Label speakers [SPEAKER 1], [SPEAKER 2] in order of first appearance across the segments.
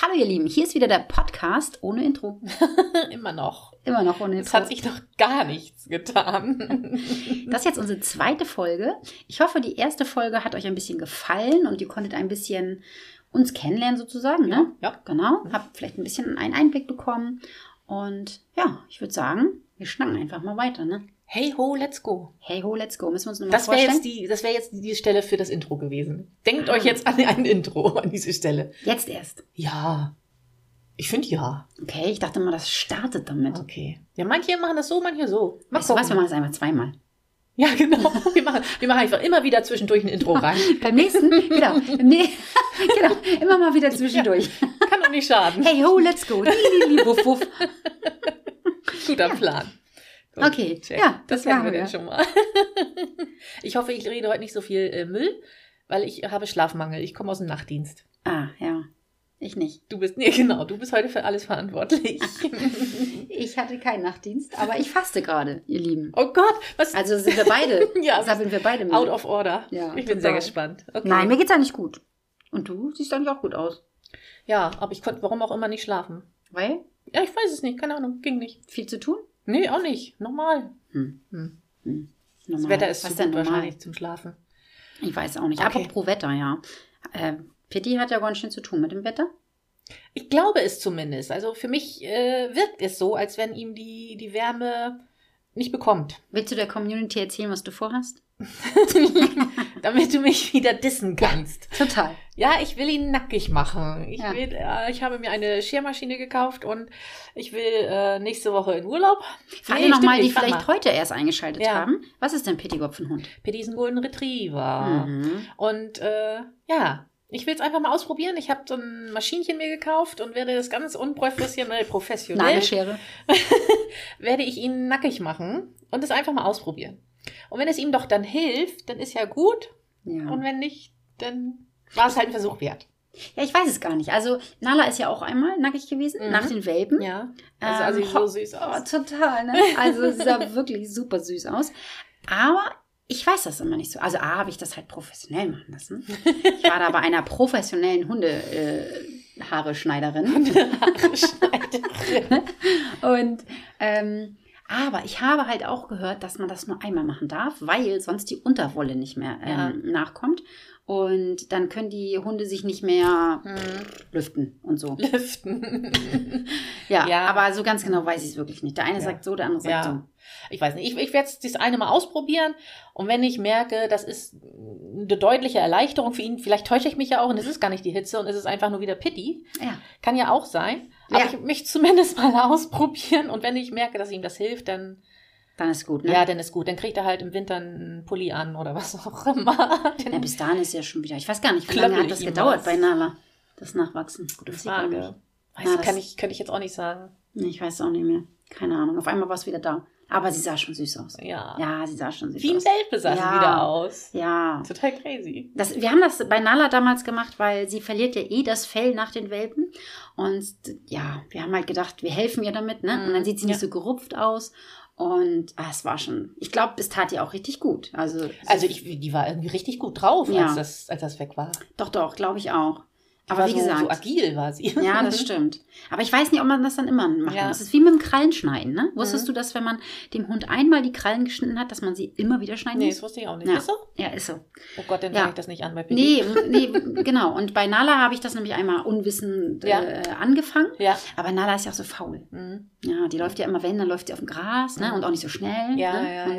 [SPEAKER 1] Hallo ihr Lieben, hier ist wieder der Podcast ohne Intro.
[SPEAKER 2] Immer noch.
[SPEAKER 1] Immer noch ohne
[SPEAKER 2] Es
[SPEAKER 1] Intro.
[SPEAKER 2] hat sich noch gar nichts getan.
[SPEAKER 1] Das ist jetzt unsere zweite Folge. Ich hoffe, die erste Folge hat euch ein bisschen gefallen und ihr konntet ein bisschen uns kennenlernen sozusagen. Ne?
[SPEAKER 2] Ja.
[SPEAKER 1] Genau, habt vielleicht ein bisschen einen Einblick bekommen. Und ja, ich würde sagen, wir schnacken einfach mal weiter. Ne?
[SPEAKER 2] Hey ho, let's go.
[SPEAKER 1] Hey ho, let's go. Müssen wir uns nochmal
[SPEAKER 2] Das wäre
[SPEAKER 1] vorstellen?
[SPEAKER 2] jetzt, die, das wär jetzt die Stelle für das Intro gewesen. Denkt
[SPEAKER 1] Ah.
[SPEAKER 2] euch jetzt an ein Intro an diese Stelle.
[SPEAKER 1] jetzt erst.
[SPEAKER 2] Ja. Ich finde ja.
[SPEAKER 1] Okay, ich dachte mal, das startet damit.
[SPEAKER 2] Okay. Ja, manche machen das so, manche so. Mal
[SPEAKER 1] Weißt du was, wir
[SPEAKER 2] gucken.
[SPEAKER 1] machen es einfach zweimal.
[SPEAKER 2] Ja, genau. Wir machen, wir machen einfach immer wieder zwischendurch ein Intro rein.
[SPEAKER 1] Beim nächsten, genau, nee, genau, immer mal wieder zwischendurch.
[SPEAKER 2] Kann doch nicht schaden.
[SPEAKER 1] Hey ho, let's go. Li, li, li, wuff, wuff.
[SPEAKER 2] Guter Plan. Gut,
[SPEAKER 1] Okay, ja, das
[SPEAKER 2] das haben
[SPEAKER 1] waren
[SPEAKER 2] wir
[SPEAKER 1] wir.
[SPEAKER 2] dann schon mal. ich hoffe, ich rede heute nicht so viel äh, Müll, weil ich habe Schlafmangel. Ich komme aus dem Nachtdienst.
[SPEAKER 1] Ah, ja. Ich nicht.
[SPEAKER 2] Du bist, nee, genau, du bist heute für alles verantwortlich.
[SPEAKER 1] Ich hatte keinen Nachtdienst, aber ich faste gerade, ihr Lieben.
[SPEAKER 2] oh Gott, was?
[SPEAKER 1] Also sind wir beide.
[SPEAKER 2] ja,
[SPEAKER 1] Da sind wir beide mit.
[SPEAKER 2] out of order.
[SPEAKER 1] Ja,
[SPEAKER 2] ich bin sehr
[SPEAKER 1] total.
[SPEAKER 2] gespannt. Okay.
[SPEAKER 1] Nein, mir geht's ja nicht gut. Und du siehst eigentlich auch gut aus.
[SPEAKER 2] Ja, aber ich konnte warum auch immer nicht schlafen.
[SPEAKER 1] Weil?
[SPEAKER 2] Ja, ich weiß es nicht, keine Ahnung, ging nicht.
[SPEAKER 1] Viel zu tun?
[SPEAKER 2] Nee, auch nicht. Normal.
[SPEAKER 1] Hm.
[SPEAKER 2] Hm.
[SPEAKER 1] Hm.
[SPEAKER 2] Das
[SPEAKER 1] Normal.
[SPEAKER 2] Wetter ist zu
[SPEAKER 1] denn
[SPEAKER 2] gut wahrscheinlich zum Schlafen.
[SPEAKER 1] Ich weiß auch nicht.
[SPEAKER 2] Okay.
[SPEAKER 1] Apropos Wetter, ja. Äh, Pitti hat ja ganz schön zu tun mit dem Wetter.
[SPEAKER 2] Ich glaube es zumindest. Also für mich äh, wirkt es so, als wenn ihm die, die Wärme nicht bekommt.
[SPEAKER 1] Willst du der Community erzählen, was du vorhast?
[SPEAKER 2] Damit du mich wieder dissen kannst.
[SPEAKER 1] Total.
[SPEAKER 2] Ja, ich will ihn nackig machen. Ich,
[SPEAKER 1] Ja.
[SPEAKER 2] will, äh, ich habe mir eine Schermaschine gekauft und ich will äh, nächste Woche in Urlaub.
[SPEAKER 1] Für
[SPEAKER 2] Nee,
[SPEAKER 1] alle nochmal,
[SPEAKER 2] stimmt
[SPEAKER 1] die
[SPEAKER 2] nicht. Warte
[SPEAKER 1] vielleicht
[SPEAKER 2] mal.
[SPEAKER 1] heute erst eingeschaltet
[SPEAKER 2] Ja.
[SPEAKER 1] haben. Was ist denn Pittigopf für ein Hund?
[SPEAKER 2] Pitti ist ein Golden Retriever.
[SPEAKER 1] Mhm.
[SPEAKER 2] Und äh, ja, ich will es einfach mal ausprobieren. Ich habe so ein Maschinchen mir gekauft und werde das ganz unprofessionell, professionell,
[SPEAKER 1] Nagelschere.
[SPEAKER 2] werde ich ihn nackig machen und es einfach mal ausprobieren. Und wenn es ihm doch dann hilft, dann ist ja gut.
[SPEAKER 1] Ja.
[SPEAKER 2] Und wenn nicht, dann war es halt ein Versuch wert.
[SPEAKER 1] Ja, ich weiß es gar nicht. Also Nala ist ja auch einmal nackig gewesen
[SPEAKER 2] Mhm.
[SPEAKER 1] nach den Welpen.
[SPEAKER 2] Ja. Das sah
[SPEAKER 1] Also
[SPEAKER 2] sie so süß
[SPEAKER 1] oh,
[SPEAKER 2] aus.
[SPEAKER 1] total, ne? Also sie sah wirklich super süß aus. Aber ich weiß das immer nicht so. Also A, habe ich das halt professionell machen lassen. Ich war da bei einer professionellen Hunde... Äh, Haare-Schneiderin.
[SPEAKER 2] Schneiderin.
[SPEAKER 1] Und, ähm, aber ich habe halt auch gehört, dass man das nur einmal machen darf, weil sonst die Unterwolle nicht mehr ähm, nachkommt. Und dann können die Hunde sich nicht mehr
[SPEAKER 2] Hm,
[SPEAKER 1] lüften und so.
[SPEAKER 2] Lüften.
[SPEAKER 1] Ja,
[SPEAKER 2] Ja.
[SPEAKER 1] aber so ganz genau weiß ich es wirklich nicht. Der eine
[SPEAKER 2] Ja.
[SPEAKER 1] sagt so, der andere sagt
[SPEAKER 2] ja. Ich weiß nicht. Ich, ich werde es das eine mal ausprobieren. Und wenn ich merke, das ist eine deutliche Erleichterung für ihn, vielleicht täusche ich mich ja auch und es ist gar nicht die Hitze und es ist einfach nur wieder Pitti.
[SPEAKER 1] so. Ja.
[SPEAKER 2] Kann ja auch sein. Aber
[SPEAKER 1] Ja.
[SPEAKER 2] ich mich zumindest mal ausprobieren. Und wenn ich merke, dass ihm das hilft, dann
[SPEAKER 1] Dann ist gut, ne?
[SPEAKER 2] Ja, dann ist gut. Dann kriegt er halt im Winter einen Pulli an oder was auch immer.
[SPEAKER 1] ja,
[SPEAKER 2] Dann
[SPEAKER 1] bis dahin ist ja schon wieder. Ich weiß gar nicht, wie
[SPEAKER 2] Klöppel
[SPEAKER 1] lange hat
[SPEAKER 2] ich
[SPEAKER 1] das
[SPEAKER 2] ihm
[SPEAKER 1] gedauert
[SPEAKER 2] was.
[SPEAKER 1] bei Nala, das Nachwachsen.
[SPEAKER 2] gute
[SPEAKER 1] Das sieht man
[SPEAKER 2] Frage.
[SPEAKER 1] Ja,
[SPEAKER 2] Weiß ich, kann
[SPEAKER 1] das-
[SPEAKER 2] ich, könnte ich jetzt auch nicht sagen.
[SPEAKER 1] nicht. Nee, Ich weiß auch nicht mehr. Keine Ahnung. Auf einmal war es wieder da. Aber sie sah schon süß aus.
[SPEAKER 2] Ja.
[SPEAKER 1] Ja, sie sah schon süß
[SPEAKER 2] Wie ein
[SPEAKER 1] aus.
[SPEAKER 2] Welpe sah
[SPEAKER 1] Ja.
[SPEAKER 2] sie wieder aus.
[SPEAKER 1] Ja.
[SPEAKER 2] Total crazy.
[SPEAKER 1] Das, wir haben das bei Nala damals gemacht, weil sie verliert ja eh das Fell nach den Welpen. Und ja, wir haben halt gedacht, wir helfen ihr damit, ne? Und dann sieht sie nicht
[SPEAKER 2] Mhm, Ja.
[SPEAKER 1] so gerupft aus. Und ah, es war schon, ich glaube, es tat ihr auch richtig gut. Also,
[SPEAKER 2] Also ich, die war irgendwie richtig gut drauf,
[SPEAKER 1] Ja.
[SPEAKER 2] als, das, als das weg war. Die
[SPEAKER 1] Doch, doch, glaube ich auch.
[SPEAKER 2] war
[SPEAKER 1] Aber wie
[SPEAKER 2] so,
[SPEAKER 1] gesagt.
[SPEAKER 2] so agil war sie.
[SPEAKER 1] ja, das stimmt. Aber ich weiß nicht, ob man das dann immer machen
[SPEAKER 2] Ja.
[SPEAKER 1] muss. Es ist wie mit dem Krallenschneiden, ne? Wusstest
[SPEAKER 2] Mhm.
[SPEAKER 1] du, dass wenn man dem Hund einmal die Krallen geschnitten hat, dass man sie immer wieder schneiden
[SPEAKER 2] Nee, das
[SPEAKER 1] muss?
[SPEAKER 2] wusste ich auch nicht.
[SPEAKER 1] Ja.
[SPEAKER 2] Ist so?
[SPEAKER 1] Ja, ist so.
[SPEAKER 2] Oh Gott, dann
[SPEAKER 1] Ja.
[SPEAKER 2] fange ich das nicht an bei Pippi.
[SPEAKER 1] Nee, m- nee, m- genau. Und bei Nala habe ich das nämlich einmal unwissend
[SPEAKER 2] Ja.
[SPEAKER 1] äh, angefangen.
[SPEAKER 2] Ja.
[SPEAKER 1] Aber Nala ist ja auch so faul.
[SPEAKER 2] Mhm.
[SPEAKER 1] Ja, die läuft ja immer, wenn, dann läuft sie auf dem Gras, ne?
[SPEAKER 2] Mhm.
[SPEAKER 1] Und auch nicht so schnell.
[SPEAKER 2] Ja,
[SPEAKER 1] ne?
[SPEAKER 2] ja,
[SPEAKER 1] und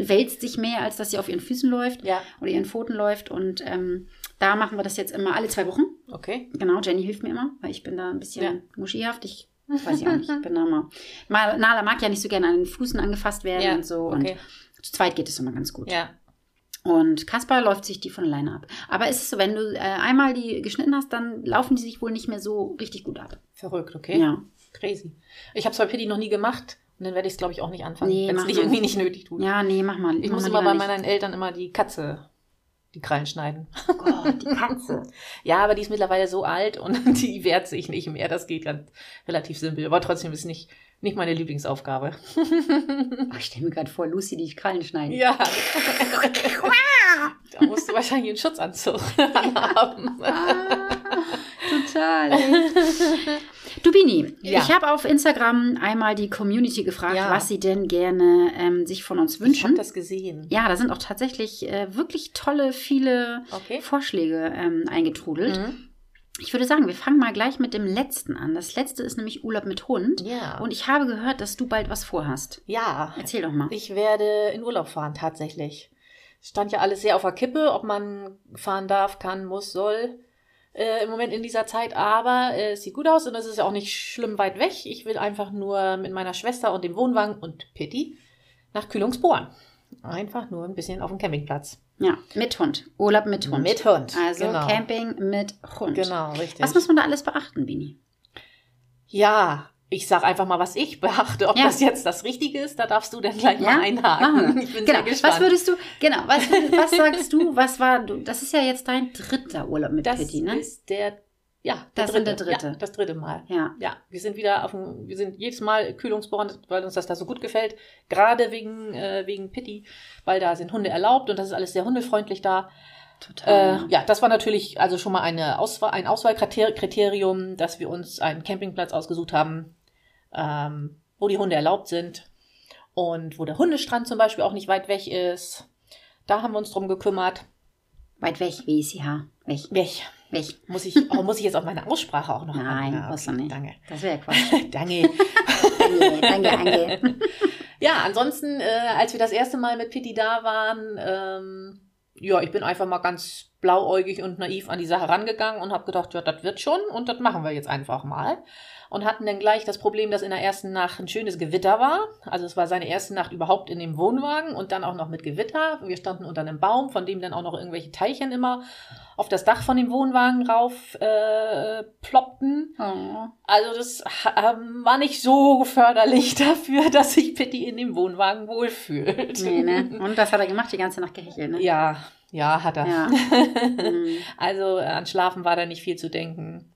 [SPEAKER 2] ja.
[SPEAKER 1] wälzt sich mehr, als dass sie auf ihren Füßen läuft
[SPEAKER 2] Ja,
[SPEAKER 1] oder ihren Pfoten läuft. Und ähm, da machen wir das jetzt immer alle zwei Wochen.
[SPEAKER 2] okay.
[SPEAKER 1] Genau, Jenny hilft mir immer, weil ich bin da ein bisschen
[SPEAKER 2] Ja.
[SPEAKER 1] muschihaft. Ich weiß ja auch nicht, ich bin da mal. mal Nala mag ja nicht so gerne an den Füßen angefasst werden
[SPEAKER 2] Ja,
[SPEAKER 1] und so.
[SPEAKER 2] okay.
[SPEAKER 1] Und zu zweit geht es immer ganz gut.
[SPEAKER 2] Ja.
[SPEAKER 1] Und Kaspar läuft sich die von alleine ab. Aber es ist so, wenn du äh, einmal die geschnitten hast, dann laufen die sich wohl nicht mehr so richtig gut ab.
[SPEAKER 2] Verrückt, okay.
[SPEAKER 1] Ja.
[SPEAKER 2] Crazy. Ich habe es bei Pitti noch nie gemacht und dann werde ich es, glaube ich, auch nicht anfangen,
[SPEAKER 1] Nee,
[SPEAKER 2] wenn es
[SPEAKER 1] mach
[SPEAKER 2] nicht
[SPEAKER 1] mal.
[SPEAKER 2] irgendwie nicht nötig tut.
[SPEAKER 1] ja, nee, mach mal.
[SPEAKER 2] Ich
[SPEAKER 1] mach
[SPEAKER 2] muss
[SPEAKER 1] mal
[SPEAKER 2] immer bei
[SPEAKER 1] lieber
[SPEAKER 2] meinen Eltern immer die Katze die Krallen schneiden.
[SPEAKER 1] nicht. Oh Gott, die Katze.
[SPEAKER 2] Ja, aber die ist mittlerweile so alt und die wehrt sich nicht mehr. Das geht ganz relativ simpel. Aber trotzdem ist nicht, nicht meine Lieblingsaufgabe.
[SPEAKER 1] Oh, ich stelle mir gerade vor, Lucy, die Krallen schneiden.
[SPEAKER 2] Ja. da musst du wahrscheinlich einen Schutzanzug haben.
[SPEAKER 1] Ah. Total. ey. Dubini,
[SPEAKER 2] Ja.
[SPEAKER 1] ich habe auf Instagram einmal die Community gefragt,
[SPEAKER 2] Ja.
[SPEAKER 1] was sie denn gerne ähm, sich von uns
[SPEAKER 2] Ich habe
[SPEAKER 1] wünschen.
[SPEAKER 2] das gesehen.
[SPEAKER 1] Ja, da sind auch tatsächlich äh, wirklich tolle, viele
[SPEAKER 2] Okay.
[SPEAKER 1] Vorschläge ähm, eingetrudelt.
[SPEAKER 2] Mhm.
[SPEAKER 1] Ich würde sagen, wir fangen mal gleich mit dem letzten an. Das letzte ist nämlich Urlaub mit Hund.
[SPEAKER 2] Mhm. Ja.
[SPEAKER 1] Und ich habe gehört, dass du bald was vorhast.
[SPEAKER 2] ja.
[SPEAKER 1] Erzähl doch mal.
[SPEAKER 2] Ich werde in Urlaub fahren, tatsächlich. Stand ja alles sehr auf der Kippe, ob man fahren darf, kann, muss, soll. Äh, Im Moment in dieser Zeit, aber äh, es sieht gut aus und es ist ja auch nicht schlimm weit weg. Ich will einfach nur mit meiner Schwester und dem Wohnwagen und Pitti nach Kühlungsborn. Einfach nur ein bisschen auf dem Campingplatz.
[SPEAKER 1] Ja, mit Hund. Urlaub mit Hund.
[SPEAKER 2] Mit Hund.
[SPEAKER 1] Also
[SPEAKER 2] genau.
[SPEAKER 1] Camping mit Hund.
[SPEAKER 2] Genau, richtig.
[SPEAKER 1] Was muss man da alles beachten, Bini?
[SPEAKER 2] ja, ich sag einfach mal, was ich beachte. Ob
[SPEAKER 1] Ja.
[SPEAKER 2] das jetzt das Richtige ist, da darfst du dann gleich
[SPEAKER 1] Ja,
[SPEAKER 2] mal einhaken.
[SPEAKER 1] machen wir.
[SPEAKER 2] Ich bin
[SPEAKER 1] Genau.
[SPEAKER 2] sehr gespannt.
[SPEAKER 1] Was würdest du, genau, was, würd- was sagst du, was war, du, das ist ja jetzt dein dritter Urlaub mit
[SPEAKER 2] Das
[SPEAKER 1] Pitti, ne?
[SPEAKER 2] ist der, ja,
[SPEAKER 1] Das ist der dritte.
[SPEAKER 2] Ja, das dritte Mal.
[SPEAKER 1] Ja.
[SPEAKER 2] Ja, wir sind wieder auf dem, wir sind jedes Mal kühlungsbohrend, weil uns das da so gut gefällt. Gerade wegen, äh, wegen Pitti, weil da sind Hunde erlaubt und das ist alles sehr hundefreundlich da.
[SPEAKER 1] Total.
[SPEAKER 2] Äh, ja, das war natürlich also schon mal eine Auswahl, ein Auswahlkriterium, dass wir uns einen Campingplatz ausgesucht haben, ähm, wo die Hunde erlaubt sind und wo der Hundestrand zum Beispiel auch nicht weit weg ist. Da haben wir uns drum gekümmert.
[SPEAKER 1] Weit weg, WCH. Weg,
[SPEAKER 2] Weg.
[SPEAKER 1] weg.
[SPEAKER 2] Muss ich, oh, muss ich jetzt auf meine Aussprache auch noch
[SPEAKER 1] Nein,
[SPEAKER 2] achten? Ah,
[SPEAKER 1] musst du nicht.
[SPEAKER 2] Danke.
[SPEAKER 1] Das wäre Quatsch.
[SPEAKER 2] Danke.
[SPEAKER 1] Danke, danke, danke.
[SPEAKER 2] ja, ansonsten, äh, als wir das erste Mal mit Pitti da waren, ähm, ja, ich bin einfach mal ganz blauäugig und naiv an die Sache rangegangen und habe gedacht, ja, das wird schon und das machen wir jetzt einfach mal. Und hatten dann gleich das Problem, dass in der ersten Nacht ein schönes Gewitter war. Also es war seine erste Nacht überhaupt in dem Wohnwagen und dann auch noch mit Gewitter. Wir standen unter einem Baum, von dem dann auch noch irgendwelche Teilchen immer auf das Dach von dem Wohnwagen rauf äh, ploppten.
[SPEAKER 1] Oh.
[SPEAKER 2] Also das ha- ähm, war nicht so förderlich dafür, dass sich Pitti in dem Wohnwagen wohlfühlt.
[SPEAKER 1] Nee, ne? Und das hat er gemacht, die ganze Nacht gehechelt, ne?
[SPEAKER 2] Ja, ja, hat er.
[SPEAKER 1] Ja. Mhm.
[SPEAKER 2] Also äh, an Schlafen war da nicht viel zu denken.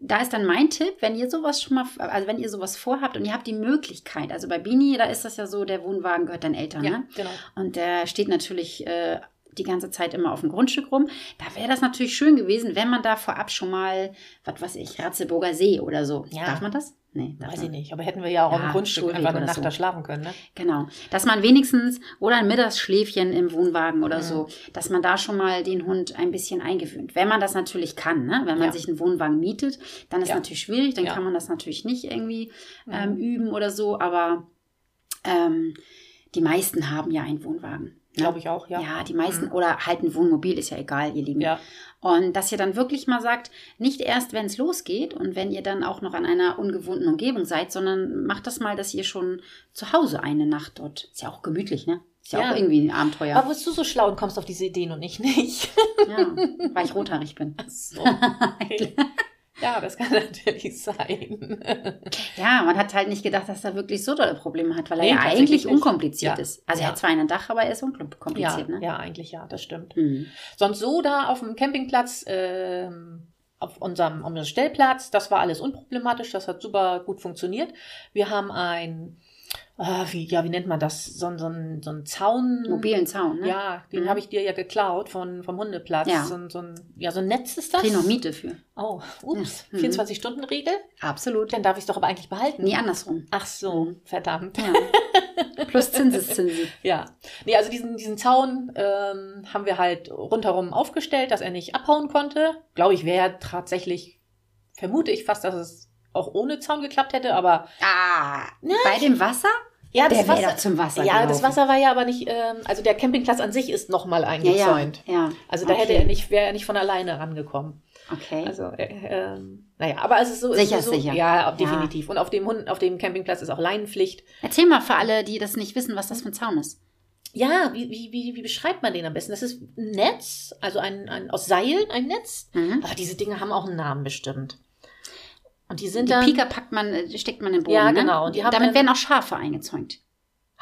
[SPEAKER 1] Da ist dann mein Tipp, wenn ihr sowas schon mal, also wenn ihr sowas vorhabt und ihr habt die Möglichkeit, also bei Bini, da ist das ja so, der Wohnwagen gehört deinen Eltern, ne?
[SPEAKER 2] genau.
[SPEAKER 1] Und der steht natürlich äh, die ganze Zeit immer auf dem Grundstück rum. Da wäre das natürlich schön gewesen, wenn man da vorab schon mal, was weiß ich, Ratzeburger See oder so.
[SPEAKER 2] Ja.
[SPEAKER 1] Darf man das? Nee, darf
[SPEAKER 2] Weiß
[SPEAKER 1] man
[SPEAKER 2] ich nicht, aber hätten wir ja auch auf
[SPEAKER 1] Ja,
[SPEAKER 2] dem Grundstück
[SPEAKER 1] Schulweg
[SPEAKER 2] einfach eine
[SPEAKER 1] oder
[SPEAKER 2] Nacht
[SPEAKER 1] so.
[SPEAKER 2] da schlafen können, ne?
[SPEAKER 1] Genau. Dass man wenigstens oder ein Mittagsschläfchen im Wohnwagen oder so, dass man da schon mal den Hund ein bisschen eingewöhnt. Wenn man das natürlich kann, ne? Wenn man
[SPEAKER 2] Ja.
[SPEAKER 1] sich einen Wohnwagen mietet, dann ist
[SPEAKER 2] Ja.
[SPEAKER 1] natürlich schwierig, dann
[SPEAKER 2] Ja.
[SPEAKER 1] kann man das natürlich nicht irgendwie ähm,
[SPEAKER 2] Mhm.
[SPEAKER 1] üben oder so, aber ähm, die meisten haben ja einen Wohnwagen. Ne?
[SPEAKER 2] Glaube ich auch, ja.
[SPEAKER 1] Ja. die meisten
[SPEAKER 2] Mhm.
[SPEAKER 1] oder halt ein Wohnmobil ist ja egal, ihr Lieben.
[SPEAKER 2] Ja.
[SPEAKER 1] Und dass ihr dann wirklich mal sagt, nicht erst, wenn es losgeht und wenn ihr dann auch noch an einer ungewohnten Umgebung seid, sondern macht das mal, dass ihr schon zu Hause eine Nacht dort. Ist ja auch gemütlich, ne? Ist ja,
[SPEAKER 2] Ja.
[SPEAKER 1] auch irgendwie ein Abenteuer.
[SPEAKER 2] Aber bist du so schlau und kommst auf diese Ideen und ich nicht?
[SPEAKER 1] ja, weil ich rothaarig bin.
[SPEAKER 2] So. ja, das kann natürlich sein.
[SPEAKER 1] Ja, man hat halt nicht gedacht, dass er wirklich so tolle Probleme hat, weil er
[SPEAKER 2] Nee,
[SPEAKER 1] ja
[SPEAKER 2] tatsächlich
[SPEAKER 1] eigentlich
[SPEAKER 2] nicht.
[SPEAKER 1] unkompliziert
[SPEAKER 2] Ja.
[SPEAKER 1] ist. Also er
[SPEAKER 2] Ja.
[SPEAKER 1] hat zwar einen Dach, aber er ist
[SPEAKER 2] ja,
[SPEAKER 1] unkompliziert, ne?
[SPEAKER 2] ja, eigentlich ja, das stimmt.
[SPEAKER 1] Hm.
[SPEAKER 2] Sonst so da auf dem Campingplatz, ähm, auf unserem, auf unserem Stellplatz, das war alles unproblematisch, das hat super gut funktioniert. Wir haben ein, ah, wie, ja, wie nennt man das? So, ein- so, ein, so ein Zaun.
[SPEAKER 1] Mobilen Zaun, ne?
[SPEAKER 2] Ja, den
[SPEAKER 1] Mhm.
[SPEAKER 2] habe ich dir ja geklaut von, vom Hundeplatz.
[SPEAKER 1] Ja.
[SPEAKER 2] So, ein- so, ein, ja, so ein Netz ist das.
[SPEAKER 1] Krieg noch Miete für.
[SPEAKER 2] Oh, ups.
[SPEAKER 1] Ja. Mhm.
[SPEAKER 2] 24-Stunden-Regel?
[SPEAKER 1] Absolut.
[SPEAKER 2] Dann darf ich es doch aber eigentlich behalten.
[SPEAKER 1] Nie andersrum.
[SPEAKER 2] Ach
[SPEAKER 1] Mhm.
[SPEAKER 2] so, verdammt.
[SPEAKER 1] Ja. Plus Zinseszinsen.
[SPEAKER 2] Ja. Nee, also diesen, diesen Zaun ähm, haben wir halt rundherum aufgestellt, dass er nicht abhauen konnte. Glaube ich, wäre tatsächlich, vermute ich fast, dass es auch ohne Zaun geklappt hätte, aber
[SPEAKER 1] Ah, bei dem Wasser?
[SPEAKER 2] ja,
[SPEAKER 1] Der
[SPEAKER 2] das
[SPEAKER 1] wäre
[SPEAKER 2] Wasser.
[SPEAKER 1] doch zum Wasser
[SPEAKER 2] Ja,
[SPEAKER 1] gelaufen.
[SPEAKER 2] das Wasser war ja aber nicht, ähm, also der Campingplatz an sich ist nochmal
[SPEAKER 1] ja, ja,
[SPEAKER 2] eingezäunt.
[SPEAKER 1] ja.
[SPEAKER 2] Also da
[SPEAKER 1] Okay.
[SPEAKER 2] hätte er nicht, wäre er nicht von alleine rangekommen.
[SPEAKER 1] Okay.
[SPEAKER 2] Also, äh, ähm, naja, aber es ist so. es
[SPEAKER 1] Sicher,
[SPEAKER 2] ist so,
[SPEAKER 1] sicher.
[SPEAKER 2] Ja, definitiv. Und auf dem Hund, auf dem Campingplatz ist auch Leinenpflicht.
[SPEAKER 1] Erzähl mal für alle, die das nicht wissen, was das für ein Zaun ist.
[SPEAKER 2] Ja, wie, wie, wie, wie beschreibt man den am besten? Das ist ein Netz, also ein, ein aus Seilen ein Netz.
[SPEAKER 1] Mhm.
[SPEAKER 2] Aber diese Dinge haben auch einen Namen bestimmt. Und die sind
[SPEAKER 1] Die
[SPEAKER 2] dann.
[SPEAKER 1] Pika packt man, äh, steckt man in den Boden.
[SPEAKER 2] Ja,
[SPEAKER 1] ne?
[SPEAKER 2] genau. Und die haben
[SPEAKER 1] Damit
[SPEAKER 2] dann-
[SPEAKER 1] werden auch Schafe eingezäunt.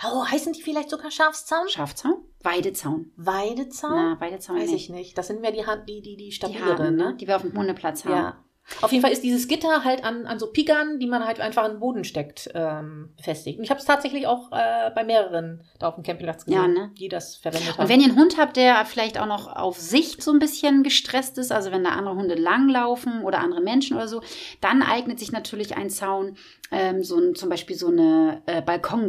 [SPEAKER 2] Oh, heißen die vielleicht sogar Schafszaun?
[SPEAKER 1] Schafzaun? Weidezaun.
[SPEAKER 2] Weidezaun?
[SPEAKER 1] Na, Weidezaun
[SPEAKER 2] Weiß
[SPEAKER 1] nicht.
[SPEAKER 2] ich nicht. Das sind mehr die Hand, die, die, die
[SPEAKER 1] Die Haaren,
[SPEAKER 2] stabileren,
[SPEAKER 1] ne?
[SPEAKER 2] ne?
[SPEAKER 1] Die wir auf dem Hundeplatz haben.
[SPEAKER 2] Ja. Auf jeden Fall ist dieses Gitter halt an, an so Pikern, die man halt einfach in den Boden steckt, ähm, befestigt. Und ich habe es tatsächlich auch äh, bei mehreren da auf dem Campingplatz gesehen,
[SPEAKER 1] Ja, ne?
[SPEAKER 2] die das verwendet haben.
[SPEAKER 1] Und wenn ihr einen Hund habt, der vielleicht auch noch auf Sicht so ein bisschen gestresst ist, also wenn da andere Hunde langlaufen oder andere Menschen oder so, dann eignet sich natürlich ein Zaun, ähm, so ein, zum Beispiel so eine äh,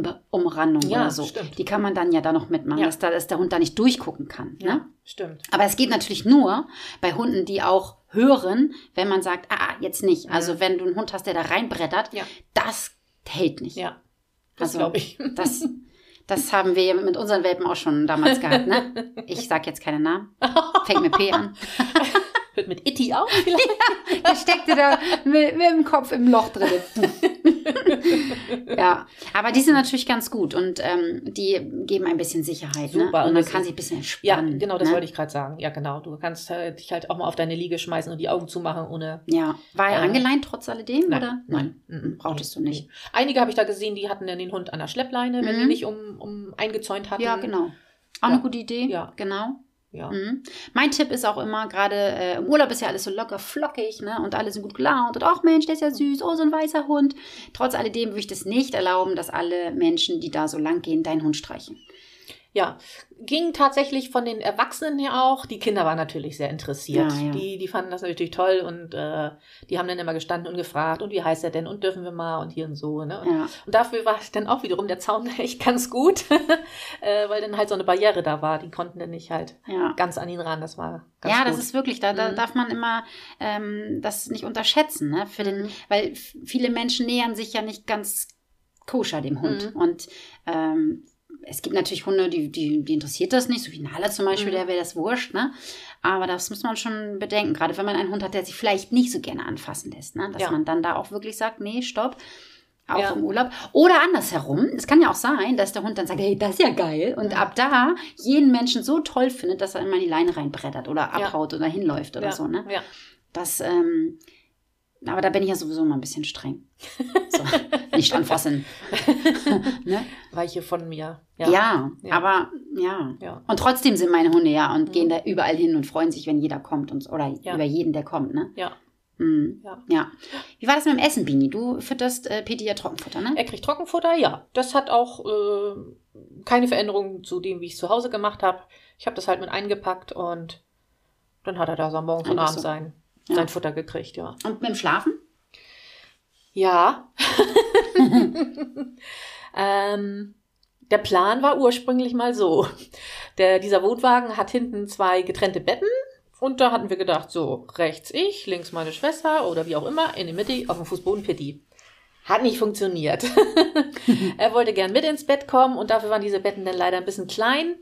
[SPEAKER 1] Balkonumrandung
[SPEAKER 2] Ja,
[SPEAKER 1] oder so.
[SPEAKER 2] stimmt.
[SPEAKER 1] Die kann man dann ja da noch mitmachen,
[SPEAKER 2] Ja.
[SPEAKER 1] dass, da, dass der Hund da nicht durchgucken kann.
[SPEAKER 2] ja,
[SPEAKER 1] Ne?
[SPEAKER 2] stimmt.
[SPEAKER 1] Aber es geht natürlich nur bei Hunden, die auch hören, wenn man sagt, ah, ah, jetzt nicht. Also wenn du einen Hund hast, der da reinbrettert,
[SPEAKER 2] Ja.
[SPEAKER 1] das hält nicht.
[SPEAKER 2] Ja, das
[SPEAKER 1] Also-
[SPEAKER 2] glaube ich.
[SPEAKER 1] Das, das haben wir mit unseren Welpen auch schon damals gehabt, ne? Ich sag jetzt keine Namen. Fängt mit P an.
[SPEAKER 2] Hört mit Itti auch vielleicht.
[SPEAKER 1] Der steckte da mit, mit dem Kopf im Loch drin. ja, aber die sind natürlich ganz gut und ähm, die geben ein bisschen Sicherheit. ne?
[SPEAKER 2] Super,
[SPEAKER 1] Und
[SPEAKER 2] und
[SPEAKER 1] man
[SPEAKER 2] das
[SPEAKER 1] kann
[SPEAKER 2] ist-
[SPEAKER 1] sich ein bisschen
[SPEAKER 2] Ja,
[SPEAKER 1] entspannen.
[SPEAKER 2] genau, das
[SPEAKER 1] ne?
[SPEAKER 2] wollte ich gerade sagen. Ja, genau. Du kannst äh, dich halt auch mal auf deine Liege schmeißen und die Augen zumachen ohne.
[SPEAKER 1] Ja. War er
[SPEAKER 2] Äh,
[SPEAKER 1] angeleint trotz alledem?
[SPEAKER 2] Nein,
[SPEAKER 1] oder?
[SPEAKER 2] nein, mhm,
[SPEAKER 1] Brauchtest du
[SPEAKER 2] nee.
[SPEAKER 1] nicht.
[SPEAKER 2] Einige habe ich da gesehen, die hatten dann den Hund an der Schleppleine, wenn die
[SPEAKER 1] Mhm.
[SPEAKER 2] nicht um, um eingezäunt hatten.
[SPEAKER 1] Ja, genau. Auch
[SPEAKER 2] Ja.
[SPEAKER 1] eine gute Idee.
[SPEAKER 2] Ja.
[SPEAKER 1] Genau.
[SPEAKER 2] Ja.
[SPEAKER 1] Mhm. Mein Tipp ist auch immer, gerade äh, im Urlaub ist ja alles so locker flockig ne? und alle sind gut gelaunt und ach Mensch, der ist ja süß, oh, so ein weißer Hund. Trotz alledem würde ich das nicht erlauben, dass alle Menschen, die da so lang gehen, deinen Hund streichen.
[SPEAKER 2] Ja, ging tatsächlich von den Erwachsenen her auch. Die Kinder waren natürlich sehr interessiert.
[SPEAKER 1] Ja, ja.
[SPEAKER 2] Die, die fanden das natürlich toll und äh, die haben dann immer gestanden und gefragt, und wie heißt er denn und dürfen wir mal und hier und so. Ne? Und,
[SPEAKER 1] Ja,
[SPEAKER 2] und dafür war dann auch wiederum der Zaun echt ganz gut, äh, weil dann halt so eine Barriere da war. Die konnten dann nicht halt
[SPEAKER 1] ja.
[SPEAKER 2] ganz an ihn ran. Das war ganz
[SPEAKER 1] Ja,
[SPEAKER 2] gut.
[SPEAKER 1] das ist wirklich, da, da
[SPEAKER 2] Mhm.
[SPEAKER 1] darf man immer ähm, das nicht unterschätzen, ne? Für
[SPEAKER 2] Mhm.
[SPEAKER 1] den, weil f- viele Menschen nähern sich ja nicht ganz koscher dem Hund.
[SPEAKER 2] Mhm.
[SPEAKER 1] Und ähm, es gibt natürlich Hunde, die, die, die interessiert das nicht, so wie Nala zum Beispiel,
[SPEAKER 2] Mhm.
[SPEAKER 1] der wäre das wurscht, ne? Aber das muss man schon bedenken, gerade wenn man einen Hund hat, der sich vielleicht nicht so gerne anfassen lässt, ne? Dass
[SPEAKER 2] Ja.
[SPEAKER 1] man dann da auch wirklich sagt, nee, stopp. Auch
[SPEAKER 2] Ja.
[SPEAKER 1] im Urlaub. Oder andersherum. Es kann ja auch sein, dass der Hund dann sagt, hey, das ist ja geil. Und
[SPEAKER 2] Mhm.
[SPEAKER 1] ab da jeden Menschen so toll findet, dass er immer in die Leine reinbrettert oder
[SPEAKER 2] Ja.
[SPEAKER 1] abhaut oder hinläuft oder
[SPEAKER 2] ja,
[SPEAKER 1] so, ne?
[SPEAKER 2] Ja.
[SPEAKER 1] Das, ähm, aber da bin ich ja sowieso mal ein bisschen streng. So, nicht anfassen. ne?
[SPEAKER 2] Weiche von mir.
[SPEAKER 1] ja.
[SPEAKER 2] Ja.
[SPEAKER 1] aber ja.
[SPEAKER 2] Ja.
[SPEAKER 1] Und trotzdem sind meine Hunde ja und
[SPEAKER 2] Mhm.
[SPEAKER 1] gehen da überall hin und freuen sich, wenn jeder kommt und, oder
[SPEAKER 2] Ja.
[SPEAKER 1] über jeden, der kommt, ne?
[SPEAKER 2] Ja.
[SPEAKER 1] Mhm.
[SPEAKER 2] Ja.
[SPEAKER 1] ja. Wie war das mit dem Essen, Bini? Du fütterst äh, Peti ja Trockenfutter, ne?
[SPEAKER 2] Er kriegt Trockenfutter, ja. Das hat auch äh, keine Veränderung zu dem, wie ich es zu Hause gemacht habe. Ich habe das halt mit eingepackt und dann hat er da so morgens und
[SPEAKER 1] Einfach
[SPEAKER 2] abends
[SPEAKER 1] so.
[SPEAKER 2] sein,
[SPEAKER 1] Ja.
[SPEAKER 2] sein Futter gekriegt, ja.
[SPEAKER 1] Und mit dem Schlafen?
[SPEAKER 2] Ja. ähm, der Plan war ursprünglich mal so. Der, dieser Wohnwagen hat hinten zwei getrennte Betten. Und da hatten wir gedacht, so, rechts ich, links meine Schwester oder wie auch immer, in der Mitte auf dem Fußboden Pitti. Hat nicht funktioniert. er wollte gern mit ins Bett kommen und dafür waren diese Betten dann leider ein bisschen klein.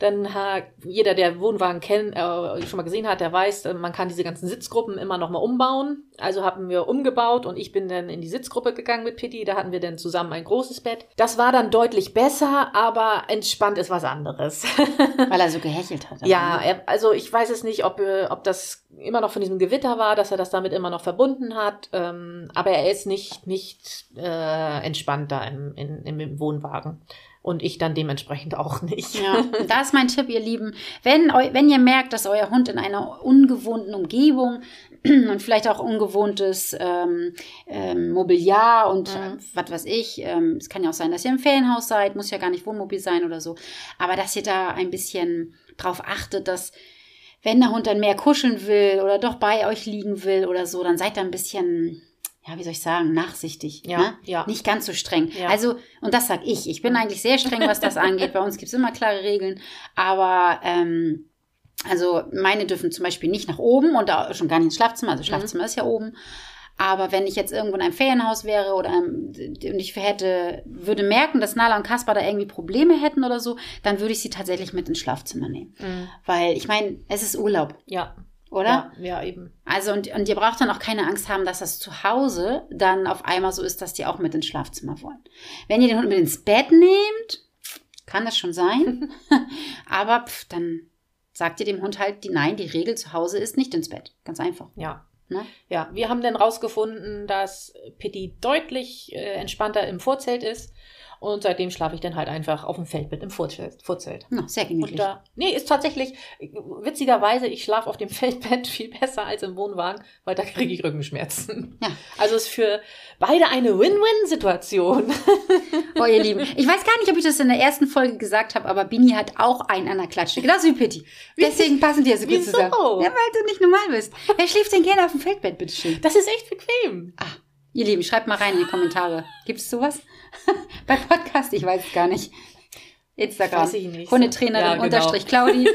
[SPEAKER 2] Dann hat jeder, der Wohnwagen kenn, äh, schon mal gesehen hat, der weiß, äh, man kann diese ganzen Sitzgruppen immer nochmal umbauen. Also haben wir umgebaut und ich bin dann in die Sitzgruppe gegangen mit Pitti. Da hatten wir dann zusammen ein großes Bett. Das war dann deutlich besser, aber entspannt ist was anderes.
[SPEAKER 1] Weil er so gehechelt hat.
[SPEAKER 2] Ja, er, also ich weiß es nicht, ob, äh, ob das immer noch von diesem Gewitter war, dass er das damit immer noch verbunden hat. Ähm, aber er ist nicht, nicht äh, entspannt da im, in, im Wohnwagen. Und ich dann dementsprechend auch nicht.
[SPEAKER 1] Ja, und da ist mein Tipp, ihr Lieben. Wenn, eu- wenn ihr merkt, dass euer Hund in einer ungewohnten Umgebung und vielleicht auch ungewohntes ähm, ähm, Mobiliar und
[SPEAKER 2] Mhm.
[SPEAKER 1] äh, was weiß ich, ähm, es kann ja auch sein, dass ihr im Ferienhaus seid, muss ja gar nicht Wohnmobil sein oder so, aber dass ihr da ein bisschen drauf achtet, dass wenn der Hund dann mehr kuscheln will oder doch bei euch liegen will oder so, dann seid da ein bisschen, ja, wie soll ich sagen, nachsichtig.
[SPEAKER 2] Ja,
[SPEAKER 1] ne?
[SPEAKER 2] ja.
[SPEAKER 1] Nicht ganz so streng.
[SPEAKER 2] Ja.
[SPEAKER 1] Also, und das sag ich. Ich bin eigentlich sehr streng, was das angeht. Bei uns gibt es immer klare Regeln. Aber, ähm, also meine dürfen zum Beispiel nicht nach oben und auch schon gar nicht ins Schlafzimmer.
[SPEAKER 2] Mhm.
[SPEAKER 1] Also Schlafzimmer ist ja oben. Aber wenn ich jetzt irgendwo in einem Ferienhaus wäre oder ähm, und ich hätte, würde merken, dass Nala und Kaspar da irgendwie Probleme hätten oder so, dann würde ich sie tatsächlich mit ins Schlafzimmer nehmen.
[SPEAKER 2] Mhm.
[SPEAKER 1] Weil ich meine, es ist Urlaub,
[SPEAKER 2] Ja,
[SPEAKER 1] oder?
[SPEAKER 2] ja, ja, eben.
[SPEAKER 1] Also und, und ihr braucht dann auch keine Angst haben, dass das zu Hause dann auf einmal so ist, dass die auch mit ins Schlafzimmer wollen. Wenn ihr den Hund mit ins Bett nehmt, kann das schon sein. Aber pf, dann sagt ihr dem Hund halt, die, nein, die Regel zu Hause ist nicht ins Bett. Ganz einfach.
[SPEAKER 2] Ja.
[SPEAKER 1] Ne?
[SPEAKER 2] Ja, wir haben dann rausgefunden, dass Pitti deutlich äh, entspannter im Vorzelt ist Und seitdem schlafe ich dann halt einfach auf dem Feldbett im Vorzelt. Vorzelt.
[SPEAKER 1] Na, sehr
[SPEAKER 2] Und
[SPEAKER 1] gemütlich.
[SPEAKER 2] da, nee, ist tatsächlich, witzigerweise, ich schlafe auf dem Feldbett viel besser als im Wohnwagen, weil da kriege ich Rückenschmerzen.
[SPEAKER 1] Ja.
[SPEAKER 2] Also ist für beide eine Win-Win-Situation.
[SPEAKER 1] Oh, ihr Lieben. Ich weiß gar nicht, ob ich das in der ersten Folge gesagt habe, aber Bini hat auch einen an der Klatsche. Genauso wie Pitti. Deswegen passen die ja so gut
[SPEAKER 2] Wieso?
[SPEAKER 1] zusammen. Ja, weil du nicht normal bist. Wer schläft denn gerne auf dem Feldbett, bitteschön?
[SPEAKER 2] Das ist echt bequem.
[SPEAKER 1] Ah, ihr Lieben, schreibt mal rein in die Kommentare. Gibt es sowas? Bei Podcast, ich weiß es gar nicht. Instagram.
[SPEAKER 2] Weiß ich nicht.
[SPEAKER 1] Hundetrainerin
[SPEAKER 2] Ja, genau.
[SPEAKER 1] unterstrich Claudi.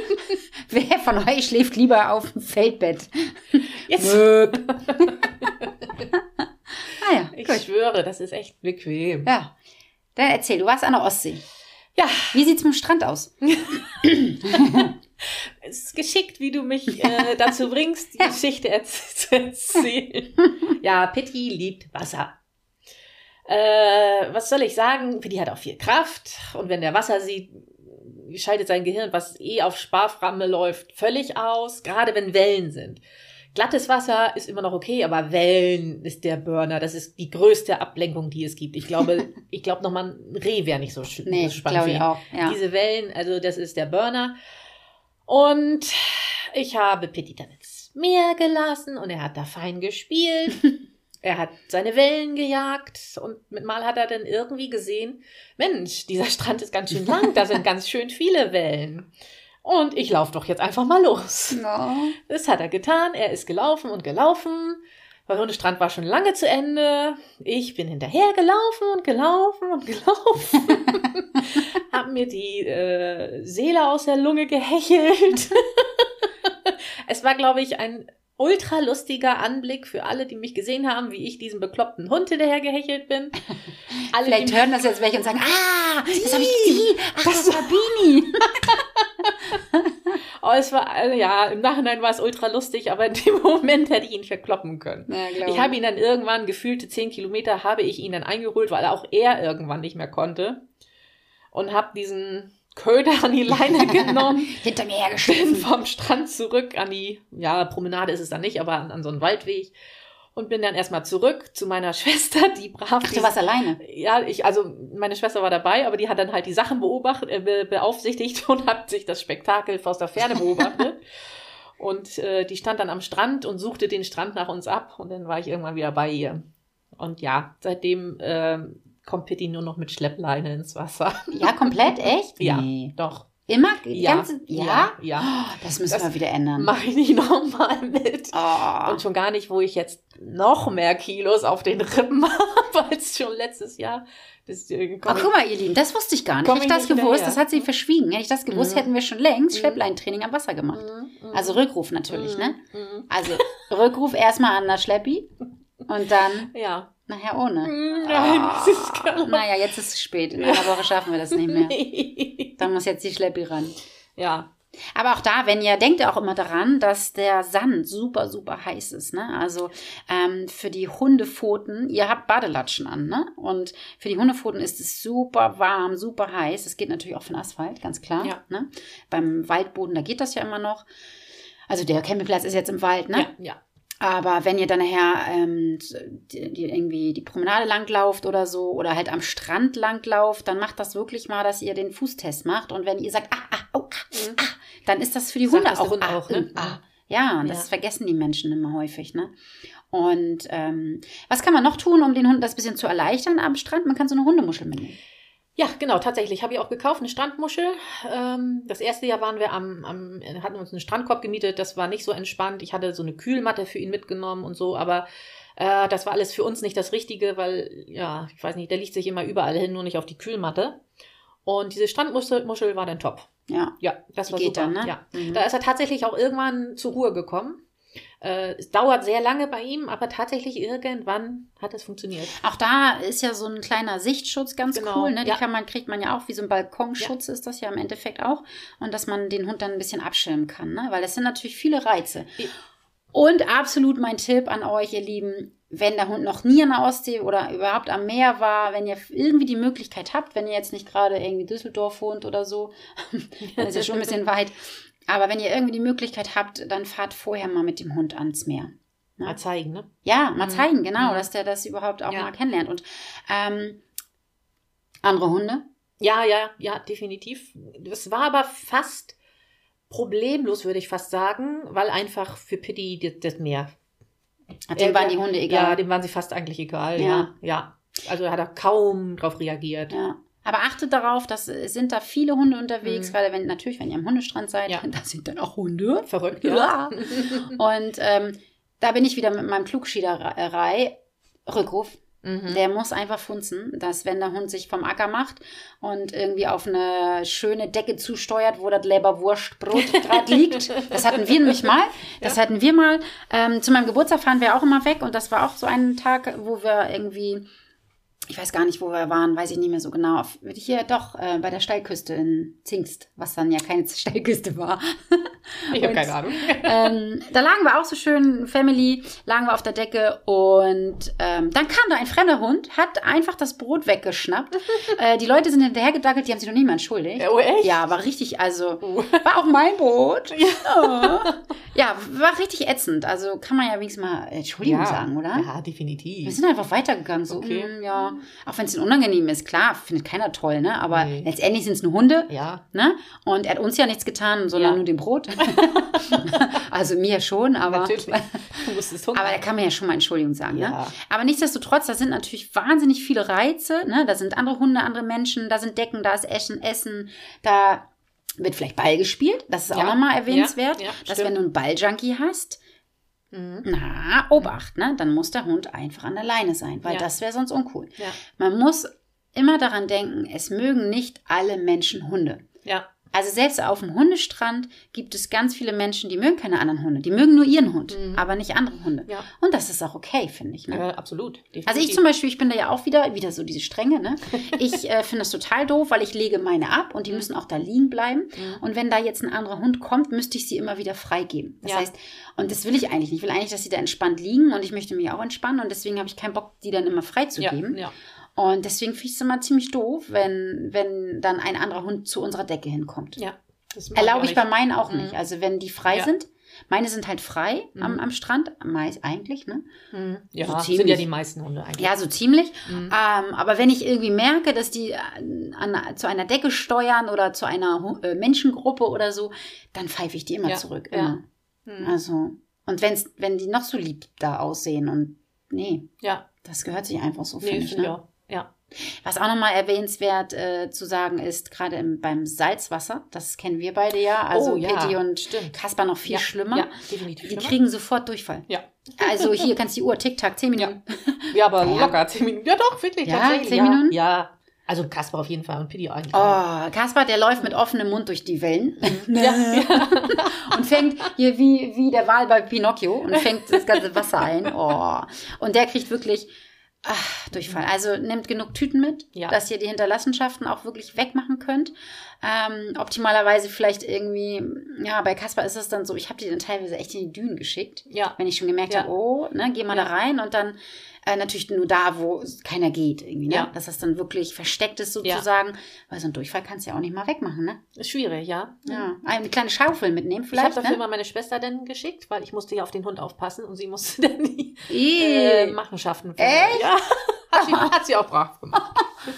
[SPEAKER 1] Wer von euch schläft lieber auf dem Feldbett?
[SPEAKER 2] Jetzt,
[SPEAKER 1] Möp. ah ja,
[SPEAKER 2] ich
[SPEAKER 1] gut.
[SPEAKER 2] schwöre, das ist echt bequem.
[SPEAKER 1] Ja. Dann erzähl, du warst an der Ostsee.
[SPEAKER 2] Ja.
[SPEAKER 1] Wie sieht's mit dem Strand aus?
[SPEAKER 2] Es ist geschickt, wie du mich äh, dazu bringst, die
[SPEAKER 1] Ja.
[SPEAKER 2] Geschichte erz zu erzählen. ja, Pitti liebt Wasser. Äh, was soll ich sagen? Pitti hat auch viel Kraft und wenn der Wasser sieht, schaltet sein Gehirn, was eh auf Sparflamme läuft, völlig aus, gerade wenn Wellen sind. Glattes Wasser ist immer noch okay, aber Wellen ist der Burner. Das ist die größte Ablenkung, die es gibt. Ich glaube, ich glaube nochmal ein Reh wäre nicht so, sch
[SPEAKER 1] Nee,
[SPEAKER 2] so spannend. für
[SPEAKER 1] Claudi
[SPEAKER 2] ihn.
[SPEAKER 1] auch. Ja.
[SPEAKER 2] Diese Wellen, also das ist der Burner. Und ich habe Pitti dann ins Meer gelassen und er hat da fein gespielt. er hat seine Wellen gejagt und mit mal hat er dann irgendwie gesehen, Mensch, dieser Strand ist ganz schön lang, da sind ganz schön viele Wellen. Und ich laufe doch jetzt einfach mal los.
[SPEAKER 1] No.
[SPEAKER 2] Das hat er getan. Er ist gelaufen und gelaufen. Weil Hundestrand war schon lange zu Ende. Ich bin hinterher gelaufen und gelaufen und gelaufen. Hab mir die äh, Seele aus der Lunge gehechelt. es war, glaube ich, ein ultra lustiger Anblick für alle, die mich gesehen haben, wie ich diesem bekloppten Hund hinterher gehechelt bin. Alle, die
[SPEAKER 1] Vielleicht
[SPEAKER 2] mich-
[SPEAKER 1] hören das jetzt welche und sagen, ah, das habe ich die. Ach, das,
[SPEAKER 2] Das-
[SPEAKER 1] war Bini.
[SPEAKER 2] oh, es war, also, ja, im Nachhinein war es ultra lustig, aber in dem Moment hätte ich ihn verkloppen können.
[SPEAKER 1] Ja, glaub
[SPEAKER 2] Ich habe ihn dann irgendwann, gefühlte zehn Kilometer, habe ich ihn dann eingeholt, weil auch er irgendwann nicht mehr konnte. Und habe diesen Köder an die Leine genommen,
[SPEAKER 1] hinter mir
[SPEAKER 2] bin
[SPEAKER 1] hergeschlichen.
[SPEAKER 2] vom Strand zurück an die, ja, Promenade ist es dann nicht, aber an, an so einen Waldweg. Und bin dann erstmal zurück zu meiner Schwester, die brav.
[SPEAKER 1] Ach, du
[SPEAKER 2] diesen-
[SPEAKER 1] warst alleine.
[SPEAKER 2] ja, ich, also meine Schwester war dabei, aber die hat dann halt die Sachen beobachtet, äh, be- beaufsichtigt und hat sich das Spektakel aus der Ferne beobachtet. und äh, die stand dann am Strand und suchte den Strand nach uns ab und dann war ich irgendwann wieder bei ihr. Und ja, seitdem ähm, kommt Pitti nur noch mit Schleppleine ins Wasser.
[SPEAKER 1] Ja, komplett, echt?
[SPEAKER 2] Ja.
[SPEAKER 1] Nee.
[SPEAKER 2] Doch.
[SPEAKER 1] Immer? Die
[SPEAKER 2] Ja.
[SPEAKER 1] ganze, ja?
[SPEAKER 2] Ja. ja.
[SPEAKER 1] Oh, das müssen
[SPEAKER 2] Das
[SPEAKER 1] wir wieder ändern.
[SPEAKER 2] Mach ich nicht nochmal mit.
[SPEAKER 1] Oh.
[SPEAKER 2] Und schon gar nicht, wo ich jetzt noch mehr Kilos auf den Rippen habe als schon letztes Jahr. Das, äh,
[SPEAKER 1] Oh,
[SPEAKER 2] komm ich-
[SPEAKER 1] guck mal, ihr Lieben, das wusste ich gar nicht.
[SPEAKER 2] Komm
[SPEAKER 1] Hätte ich
[SPEAKER 2] ich
[SPEAKER 1] das
[SPEAKER 2] nicht hinterher.
[SPEAKER 1] gewusst, das hat sie verschwiegen. Hätte ich das gewusst,
[SPEAKER 2] Mhm.
[SPEAKER 1] hätten wir schon längst
[SPEAKER 2] Mhm.
[SPEAKER 1] Schlepplein-Training am Wasser gemacht.
[SPEAKER 2] Mhm, mhm.
[SPEAKER 1] Also Rückruf natürlich, ne?
[SPEAKER 2] Mhm, mhm.
[SPEAKER 1] Also Rückruf erstmal an der Schleppi und dann
[SPEAKER 2] Ja. Mhm,
[SPEAKER 1] nachher ohne.
[SPEAKER 2] Nein,
[SPEAKER 1] Ah,
[SPEAKER 2] das ist kein
[SPEAKER 1] Naja, jetzt ist es spät. In einer Woche schaffen wir das nicht mehr.
[SPEAKER 2] Mhm. Nee.
[SPEAKER 1] Da muss jetzt die Schleppi ran.
[SPEAKER 2] Ja.
[SPEAKER 1] Aber auch da, wenn ihr denkt auch immer daran, dass der Sand super, super heiß ist. Ne? Also ähm, für die Hundepfoten, ihr habt Badelatschen an, ne? Und für die Hundepfoten ist es super warm, super heiß. Es geht natürlich auch von Asphalt, ganz klar.
[SPEAKER 2] Ja.
[SPEAKER 1] Ne? Beim Waldboden, da geht das ja immer noch. Also der Campingplatz ist jetzt im Wald, ne?
[SPEAKER 2] ja. Ja.
[SPEAKER 1] Aber wenn ihr dann nachher ähm, die, die irgendwie die Promenade langlauft oder so oder halt am Strand langlauft, dann macht das wirklich mal, dass ihr den Fußtest macht. Und wenn ihr sagt, ah, ah, au, ah,
[SPEAKER 2] Mhm.
[SPEAKER 1] ah, dann ist das für die
[SPEAKER 2] Sagt
[SPEAKER 1] Hunde
[SPEAKER 2] das
[SPEAKER 1] auch.
[SPEAKER 2] der Hund
[SPEAKER 1] ah,
[SPEAKER 2] auch, ne?
[SPEAKER 1] mm, ah. Ja, und das
[SPEAKER 2] Ja.
[SPEAKER 1] vergessen die Menschen immer häufig, ne? Und ähm, was kann man noch tun, um den Hunden das bisschen zu erleichtern am Strand? Man kann so eine Hundemuschel mitnehmen.
[SPEAKER 2] Ja, genau, tatsächlich. Habe ich auch gekauft, eine Strandmuschel. Ähm, das erste Jahr waren wir am, am, hatten uns einen Strandkorb gemietet. Das war nicht so entspannt. Ich hatte so eine Kühlmatte für ihn mitgenommen und so, aber äh, das war alles für uns nicht das Richtige, weil, ja, ich weiß nicht, der liegt sich immer überall hin, nur nicht auf die Kühlmatte. Und diese Strandmuschel Muschel war dann top.
[SPEAKER 1] Ja,
[SPEAKER 2] Ja, das
[SPEAKER 1] die
[SPEAKER 2] war
[SPEAKER 1] geht
[SPEAKER 2] super.
[SPEAKER 1] dann, ne?
[SPEAKER 2] Ja.
[SPEAKER 1] Mhm.
[SPEAKER 2] Da ist er tatsächlich auch irgendwann zur Ruhe gekommen. Äh, es dauert sehr lange bei ihm, aber tatsächlich irgendwann hat es funktioniert.
[SPEAKER 1] Auch da ist ja so ein kleiner Sichtschutz ganz
[SPEAKER 2] Genau,
[SPEAKER 1] cool. Ne? Die
[SPEAKER 2] ja.
[SPEAKER 1] kann man, kriegt man ja auch, wie so ein Balkonschutz ist das ja im Endeffekt auch. Und dass man den Hund dann ein bisschen abschirmen kann, ne? weil das sind natürlich viele Reize.
[SPEAKER 2] Ja.
[SPEAKER 1] Und absolut mein Tipp an euch, ihr Lieben, wenn der Hund noch nie an der Ostsee oder überhaupt am Meer war, wenn ihr irgendwie die Möglichkeit habt, wenn ihr jetzt nicht gerade irgendwie Düsseldorf wohnt oder so, dann ist ja schon ein bisschen weit. Aber wenn ihr irgendwie die Möglichkeit habt, dann fahrt vorher mal mit dem Hund ans Meer. ne?
[SPEAKER 2] Mal zeigen, ne?
[SPEAKER 1] Ja, mal
[SPEAKER 2] Mhm.
[SPEAKER 1] zeigen, genau,
[SPEAKER 2] Mhm.
[SPEAKER 1] dass der das überhaupt auch
[SPEAKER 2] Ja.
[SPEAKER 1] mal kennenlernt. Und ähm, Andere Hunde?
[SPEAKER 2] Ja, ja, ja, definitiv. Das war aber fast problemlos, würde ich fast sagen, weil einfach für Pitti das- das mehr.
[SPEAKER 1] Dem
[SPEAKER 2] Äh,
[SPEAKER 1] waren die Hunde
[SPEAKER 2] Ja,
[SPEAKER 1] egal.
[SPEAKER 2] dem waren sie fast eigentlich egal.
[SPEAKER 1] Ja.
[SPEAKER 2] Ja. ja. Also hat er kaum drauf reagiert.
[SPEAKER 1] Ja. Aber achtet darauf, dass es sind da viele Hunde unterwegs,
[SPEAKER 2] Mhm.
[SPEAKER 1] gerade wenn natürlich, wenn ihr am Hundestrand seid,
[SPEAKER 2] Ja.
[SPEAKER 1] da sind dann auch Hunde.
[SPEAKER 2] Verrückt,
[SPEAKER 1] Ja.
[SPEAKER 2] ja.
[SPEAKER 1] Und ähm, da bin ich wieder mit meinem Klugschießerei. Rückruf,
[SPEAKER 2] Mhm.
[SPEAKER 1] der muss einfach funzen, dass wenn der Hund sich vom Acker macht und irgendwie auf eine schöne Decke zusteuert, wo das Leberwurstbrot gerade liegt. Das hatten wir nämlich mal. Das hatten wir mal. Ähm, zu meinem Geburtstag fahren wir auch immer weg und das war auch so ein Tag, wo wir irgendwie, ich weiß gar nicht, wo wir waren, weiß ich nicht mehr so genau. Auf, hier doch äh, bei der Steilküste in Zingst, was dann ja keine Steilküste war.
[SPEAKER 2] Ich
[SPEAKER 1] Und-
[SPEAKER 2] habe keine Ahnung.
[SPEAKER 1] ähm, da lagen wir auch so schön, Family, lagen wir auf der Decke und ähm, dann kam da ein fremder Hund, hat einfach das Brot weggeschnappt. äh, die Leute sind hinterhergedackelt, die haben sich noch niemand schuldig.
[SPEAKER 2] Oh, echt?
[SPEAKER 1] Ja, war richtig, also
[SPEAKER 2] Oh.
[SPEAKER 1] war auch mein Brot. Ja. ja, war richtig ätzend. Also kann man ja wenigstens mal Entschuldigung sagen, oder?
[SPEAKER 2] Ja,
[SPEAKER 1] Wir
[SPEAKER 2] definitiv.
[SPEAKER 1] sind einfach weitergegangen, so,
[SPEAKER 2] Okay.
[SPEAKER 1] mm, ja. Auch wenn es ihnen unangenehm ist, klar, findet keiner toll, ne? Aber
[SPEAKER 2] Nee.
[SPEAKER 1] letztendlich sind es nur Hunde,
[SPEAKER 2] Ja.
[SPEAKER 1] Ne? Und er hat uns ja nichts getan, sondern
[SPEAKER 2] Ja.
[SPEAKER 1] nur dem Brot. also mir schon, aber,
[SPEAKER 2] Natürlich. Du musstest Hunger.
[SPEAKER 1] aber da kann man ja schon mal Entschuldigung sagen. Ne?
[SPEAKER 2] Ja.
[SPEAKER 1] Aber nichtsdestotrotz, da sind natürlich wahnsinnig viele Reize. Ne? Da sind andere Hunde, andere Menschen, da sind Decken, da ist Essen, Essen, da wird vielleicht Ball gespielt. Das ist auch
[SPEAKER 2] Ja.
[SPEAKER 1] nochmal erwähnenswert,
[SPEAKER 2] Ja, ja,
[SPEAKER 1] dass
[SPEAKER 2] stimmt.
[SPEAKER 1] wenn du einen Balljunkie hast,
[SPEAKER 2] Mhm.
[SPEAKER 1] na, Obacht, ne? dann muss der Hund einfach an der Leine sein, weil
[SPEAKER 2] Ja.
[SPEAKER 1] das wäre sonst uncool.
[SPEAKER 2] Ja.
[SPEAKER 1] Man muss immer daran denken, es mögen nicht alle Menschen Hunde.
[SPEAKER 2] Ja.
[SPEAKER 1] Also selbst auf dem Hundestrand gibt es ganz viele Menschen, die mögen keine anderen Hunde. Die mögen nur ihren Hund,
[SPEAKER 2] Mhm.
[SPEAKER 1] aber nicht andere Hunde.
[SPEAKER 2] Ja.
[SPEAKER 1] Und das ist auch okay, finde ich. Ne?
[SPEAKER 2] ja, absolut. Definitiv.
[SPEAKER 1] Also ich zum Beispiel, ich bin da ja auch wieder, wieder so diese Strenge, ne? Ich äh, finde das total doof, weil ich lege meine ab und die müssen auch da liegen bleiben.
[SPEAKER 2] Mhm.
[SPEAKER 1] Und wenn da jetzt ein anderer Hund kommt, müsste ich sie immer wieder freigeben. Das
[SPEAKER 2] Ja.
[SPEAKER 1] heißt, und das will ich eigentlich nicht. Ich will eigentlich, dass sie da entspannt liegen und ich möchte mich auch entspannen und deswegen habe ich keinen Bock, die dann immer
[SPEAKER 2] ja,
[SPEAKER 1] freizugeben.
[SPEAKER 2] ja.
[SPEAKER 1] Und deswegen finde ich es immer ziemlich doof, wenn, wenn dann ein anderer Hund zu unserer Decke hinkommt.
[SPEAKER 2] ja. Das mag
[SPEAKER 1] Erlaube ich bei
[SPEAKER 2] auch
[SPEAKER 1] meinen auch
[SPEAKER 2] Mhm.
[SPEAKER 1] nicht. Also wenn die frei
[SPEAKER 2] Ja.
[SPEAKER 1] sind, meine sind halt frei am,
[SPEAKER 2] Mhm.
[SPEAKER 1] am Strand, meist eigentlich, ne?
[SPEAKER 2] nicht. Mhm. Ja,
[SPEAKER 1] So
[SPEAKER 2] sind
[SPEAKER 1] ziemlich.
[SPEAKER 2] ja die meisten Hunde eigentlich.
[SPEAKER 1] Ja, so ziemlich.
[SPEAKER 2] Mhm.
[SPEAKER 1] Ähm, aber wenn ich irgendwie merke, dass die äh, an, zu einer Decke steuern oder zu einer Hu- äh, Menschengruppe oder so, dann pfeife ich die immer
[SPEAKER 2] Ja,
[SPEAKER 1] zurück.
[SPEAKER 2] ja.
[SPEAKER 1] Immer.
[SPEAKER 2] Mhm.
[SPEAKER 1] Also, und wenn's, wenn die noch so lieb da aussehen und nee,
[SPEAKER 2] Ja.
[SPEAKER 1] das gehört sich einfach so,
[SPEAKER 2] Nee,
[SPEAKER 1] finde ich.
[SPEAKER 2] finde
[SPEAKER 1] Ne?
[SPEAKER 2] ich auch. Ja.
[SPEAKER 1] Was auch nochmal erwähnenswert äh, zu sagen ist, gerade im- beim Salzwasser, das kennen wir beide ja, also
[SPEAKER 2] Oh, ja.
[SPEAKER 1] Pitti und
[SPEAKER 2] Stimmt.
[SPEAKER 1] Kaspar noch viel
[SPEAKER 2] ja,
[SPEAKER 1] schlimmer.
[SPEAKER 2] Ja, definitiv
[SPEAKER 1] Die
[SPEAKER 2] schlimmer.
[SPEAKER 1] kriegen sofort Durchfall.
[SPEAKER 2] Ja.
[SPEAKER 1] Also hier kannst du die Uhr tick-tack, 10 Minuten.
[SPEAKER 2] ja, aber
[SPEAKER 1] Ja.
[SPEAKER 2] locker zehn Minuten. Ja, doch, wirklich.
[SPEAKER 1] Ja,
[SPEAKER 2] tatsächlich,
[SPEAKER 1] zehn
[SPEAKER 2] ja.
[SPEAKER 1] Minuten?
[SPEAKER 2] Ja. Also Kasper auf jeden Fall und Pidi eigentlich. auch.
[SPEAKER 1] Oh, Kaspar, der läuft mit offenem Mund durch die Wellen
[SPEAKER 2] Mhm. Ja.
[SPEAKER 1] und fängt hier wie, wie der Wal bei Pinocchio und fängt das ganze Wasser ein. Oh. Und der kriegt wirklich ach, Durchfall. Also nehmt genug Tüten mit,
[SPEAKER 2] Mhm. Ja.
[SPEAKER 1] dass ihr die Hinterlassenschaften auch wirklich wegmachen könnt. Ähm, optimalerweise vielleicht irgendwie, ja, bei Kaspar ist es dann so, ich habe die dann teilweise echt in die Dünen geschickt.
[SPEAKER 2] Ja.
[SPEAKER 1] wenn ich schon gemerkt
[SPEAKER 2] Ja.
[SPEAKER 1] habe, oh, ne, geh mal
[SPEAKER 2] Ja.
[SPEAKER 1] da rein und dann äh, natürlich nur da, wo es keiner geht, irgendwie, ne?
[SPEAKER 2] Ja.
[SPEAKER 1] dass das dann wirklich versteckt ist sozusagen, weil so ein Durchfall kannst du ja auch nicht mal wegmachen, ne?
[SPEAKER 2] Ist schwierig, ja.
[SPEAKER 1] Ja, Ah, eine kleine Schaufel mitnehmen
[SPEAKER 2] Ich habe
[SPEAKER 1] vielleicht,
[SPEAKER 2] dafür
[SPEAKER 1] ne?
[SPEAKER 2] mal meine Schwester dann geschickt, weil ich musste ja auf den Hund aufpassen und sie musste dann die äh,
[SPEAKER 1] Äh,
[SPEAKER 2] Machenschaften.
[SPEAKER 1] Echt?
[SPEAKER 2] Ja. Hat sie, hat sie auch brav gemacht.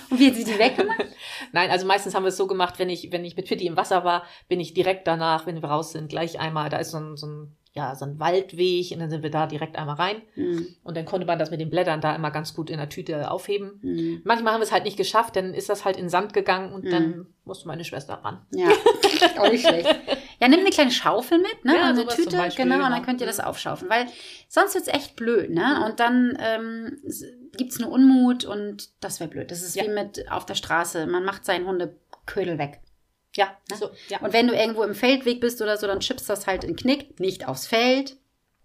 [SPEAKER 1] und wie hat sie die weggemacht?
[SPEAKER 2] Nein, also meistens haben wir es so gemacht, wenn ich, wenn ich mit Pitti im Wasser war, bin ich direkt danach, wenn wir raus sind, gleich einmal, da ist so ein, so ein, ja, so ein Waldweg und dann sind wir da direkt einmal rein.
[SPEAKER 1] Hm,
[SPEAKER 2] Und dann konnte man das mit den Blättern da immer ganz gut in der Tüte aufheben.
[SPEAKER 1] hm,
[SPEAKER 2] Manchmal haben wir es halt nicht geschafft, dann ist das halt in den Sand gegangen und
[SPEAKER 1] Mhm.
[SPEAKER 2] dann musste meine Schwester ran.
[SPEAKER 1] Ja, auch nicht schlecht. Ja, nimm eine kleine Schaufel mit, ne?
[SPEAKER 2] Ja,
[SPEAKER 1] und eine
[SPEAKER 2] sowas zum
[SPEAKER 1] Tüte,
[SPEAKER 2] Beispiel,
[SPEAKER 1] genau, und
[SPEAKER 2] genau.
[SPEAKER 1] dann könnt ihr das
[SPEAKER 2] Mhm.
[SPEAKER 1] aufschaufeln, weil sonst wird's echt blöd, ne? Und dann ähm, s- gibt's nur Unmut und das wäre blöd. Das ist
[SPEAKER 2] Ja.
[SPEAKER 1] wie mit auf der Straße, man macht seinen Hundeködel weg.
[SPEAKER 2] Ja,
[SPEAKER 1] Ne?
[SPEAKER 2] so, ja.
[SPEAKER 1] Und wenn du irgendwo im Feldweg bist oder so, dann chippst das halt in Knick. Nicht aufs Feld,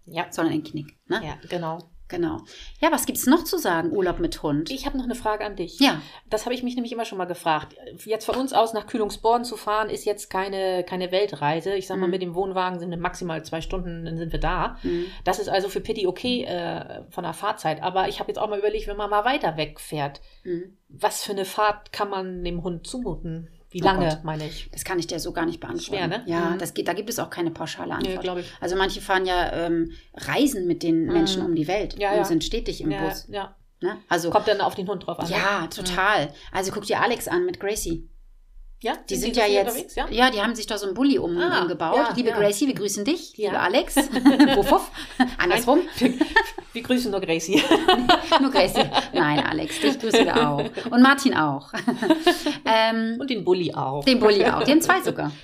[SPEAKER 2] ja.
[SPEAKER 1] sondern in Knick. Ne?
[SPEAKER 2] Ja, genau.
[SPEAKER 1] Genau. Ja, was gibt's noch zu sagen? Urlaub mit Hund.
[SPEAKER 2] Ich habe noch eine Frage an dich.
[SPEAKER 1] ja.
[SPEAKER 2] Das habe ich mich nämlich immer schon mal gefragt. Jetzt von uns aus nach Kühlungsborn zu fahren, ist jetzt keine, keine Weltreise. Ich sag mal,
[SPEAKER 1] Mhm.
[SPEAKER 2] mit dem Wohnwagen sind wir maximal zwei Stunden, dann sind wir da.
[SPEAKER 1] Hm.
[SPEAKER 2] Das ist also für Pitti okay äh, von der Fahrzeit. Aber ich habe jetzt auch mal überlegt, wenn man mal weiter wegfährt,
[SPEAKER 1] Hm.
[SPEAKER 2] was für eine Fahrt kann man dem Hund zumuten? Wie
[SPEAKER 1] Oh
[SPEAKER 2] lange,
[SPEAKER 1] Gott.
[SPEAKER 2] meine ich?
[SPEAKER 1] Das kann ich dir so gar nicht beantworten.
[SPEAKER 2] Schwer, ne?
[SPEAKER 1] Ja,
[SPEAKER 2] Mhm.
[SPEAKER 1] das geht, da gibt es auch keine pauschale Antwort.
[SPEAKER 2] glaube ich.
[SPEAKER 1] also manche fahren ja ähm, Reisen mit den
[SPEAKER 2] Mhm.
[SPEAKER 1] Menschen um die Welt
[SPEAKER 2] Ja,
[SPEAKER 1] und
[SPEAKER 2] ja.
[SPEAKER 1] sind stetig im
[SPEAKER 2] Ja,
[SPEAKER 1] Bus.
[SPEAKER 2] ja.
[SPEAKER 1] Ne? Also,
[SPEAKER 2] Kommt dann auf den Hund drauf an. ne?
[SPEAKER 1] ja, total. Also guck dir Alex an mit Gracie.
[SPEAKER 2] ja?
[SPEAKER 1] Die sind,
[SPEAKER 2] so
[SPEAKER 1] ja
[SPEAKER 2] viel
[SPEAKER 1] jetzt,
[SPEAKER 2] Unterwegs, ja?
[SPEAKER 1] die haben sich da so einen Bulli um,
[SPEAKER 2] Ah,
[SPEAKER 1] umgebaut.
[SPEAKER 2] ja,
[SPEAKER 1] liebe
[SPEAKER 2] ja.
[SPEAKER 1] Gracie, wir grüßen dich.
[SPEAKER 2] Ja.
[SPEAKER 1] Liebe Alex, wuff, wuff. andersrum.
[SPEAKER 2] Wir grüßen nur Gracie.
[SPEAKER 1] Nur Gracie. Nein, Alex, dich grüßen wir auch. Und Martin auch. ähm,
[SPEAKER 2] Und den Bulli auch.
[SPEAKER 1] den Bulli auch. Die haben zwei sogar.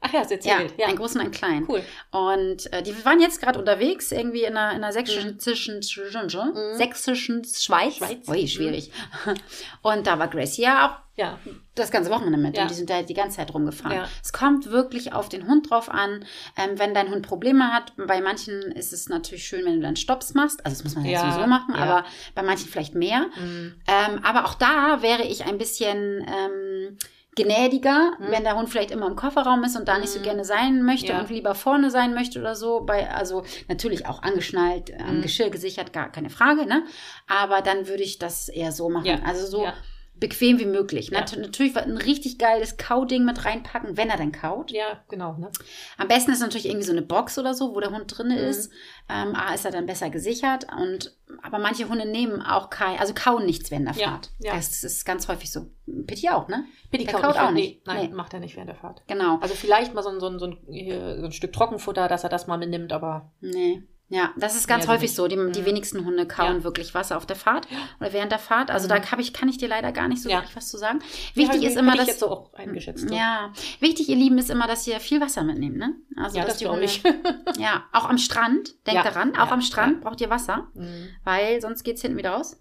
[SPEAKER 2] Ach ja, ist
[SPEAKER 1] Ja,
[SPEAKER 2] erzählt. Ja,
[SPEAKER 1] einen großen und einen kleinen.
[SPEAKER 2] cool.
[SPEAKER 1] Und äh, die waren jetzt gerade unterwegs, irgendwie in einer, in einer sächsischen, zwischen, zwischen,
[SPEAKER 2] Mhm.
[SPEAKER 1] sächsischen Schweiz.
[SPEAKER 2] Schweiz.
[SPEAKER 1] Ui, schwierig. Und da war Gracie ja auch
[SPEAKER 2] Ja,
[SPEAKER 1] das ganze Wochenende mit
[SPEAKER 2] Ja.
[SPEAKER 1] und die sind da die ganze Zeit rumgefahren.
[SPEAKER 2] Ja.
[SPEAKER 1] Es kommt wirklich auf den Hund drauf an. Ähm, wenn dein Hund Probleme hat, bei manchen ist es natürlich schön, wenn du dann Stops machst. Also das muss man ja,
[SPEAKER 2] Ja,
[SPEAKER 1] sowieso machen,
[SPEAKER 2] ja.
[SPEAKER 1] aber bei manchen vielleicht mehr.
[SPEAKER 2] Mhm.
[SPEAKER 1] Ähm, aber auch da wäre ich ein bisschen ähm, gnädiger,
[SPEAKER 2] Mhm.
[SPEAKER 1] wenn der Hund vielleicht immer im Kofferraum ist und da nicht so
[SPEAKER 2] Mhm.
[SPEAKER 1] gerne sein möchte
[SPEAKER 2] Ja.
[SPEAKER 1] und lieber vorne sein möchte oder so. Bei, also natürlich auch angeschnallt, am
[SPEAKER 2] Mhm.
[SPEAKER 1] Geschirr gesichert, gar keine Frage. Ne? Aber dann würde ich das eher so machen.
[SPEAKER 2] Ja.
[SPEAKER 1] Also so
[SPEAKER 2] Ja.
[SPEAKER 1] bequem wie möglich. Ne?
[SPEAKER 2] Ja.
[SPEAKER 1] Nat- Natürlich ein richtig geiles Kauding mit reinpacken, wenn er dann kaut.
[SPEAKER 2] ja genau. Ne?
[SPEAKER 1] Am besten ist natürlich irgendwie so eine Box oder so, wo der Hund drin
[SPEAKER 2] Mhm.
[SPEAKER 1] ist. Ähm, A, ist er dann besser gesichert. Und, aber manche Hunde nehmen auch kein, also kauen nichts während der
[SPEAKER 2] Ja,
[SPEAKER 1] Fahrt.
[SPEAKER 2] ja.
[SPEAKER 1] Das ist ganz häufig so. Pitti auch, ne?
[SPEAKER 2] Pitti
[SPEAKER 1] Der
[SPEAKER 2] kaut,
[SPEAKER 1] kaut
[SPEAKER 2] nicht,
[SPEAKER 1] auch
[SPEAKER 2] während-
[SPEAKER 1] nicht.
[SPEAKER 2] Nee, nein,
[SPEAKER 1] Nee.
[SPEAKER 2] macht er nicht während der Fahrt.
[SPEAKER 1] Genau.
[SPEAKER 2] Also vielleicht mal so ein, so ein, so ein, hier, so ein Stück Trockenfutter, dass er das mal mitnimmt, aber
[SPEAKER 1] Nee. Ja, das ist ganz
[SPEAKER 2] Ja, die
[SPEAKER 1] häufig
[SPEAKER 2] nicht.
[SPEAKER 1] so. Die, die
[SPEAKER 2] Mhm.
[SPEAKER 1] wenigsten Hunde kauen
[SPEAKER 2] Ja.
[SPEAKER 1] wirklich was auf der Fahrt oder während der Fahrt. Also
[SPEAKER 2] Mhm.
[SPEAKER 1] da hab ich, kann ich dir leider gar nicht so
[SPEAKER 2] Ja.
[SPEAKER 1] wirklich was zu sagen.
[SPEAKER 2] Ja,
[SPEAKER 1] Wichtig
[SPEAKER 2] hab ich-
[SPEAKER 1] ist immer,
[SPEAKER 2] hab
[SPEAKER 1] dass.
[SPEAKER 2] ich jetzt so auch eingeschätzt. so.
[SPEAKER 1] ja, wichtig, ihr Lieben, ist immer, dass ihr viel Wasser mitnehmt, ne? Also,
[SPEAKER 2] ja
[SPEAKER 1] dass
[SPEAKER 2] das
[SPEAKER 1] die
[SPEAKER 2] glaube
[SPEAKER 1] Hunde-
[SPEAKER 2] ich.
[SPEAKER 1] Ja, auch am Strand, denkt
[SPEAKER 2] Ja,
[SPEAKER 1] daran, auch
[SPEAKER 2] ja,
[SPEAKER 1] am Strand braucht ihr Wasser,
[SPEAKER 2] Mhm.
[SPEAKER 1] weil sonst geht's hinten wieder raus.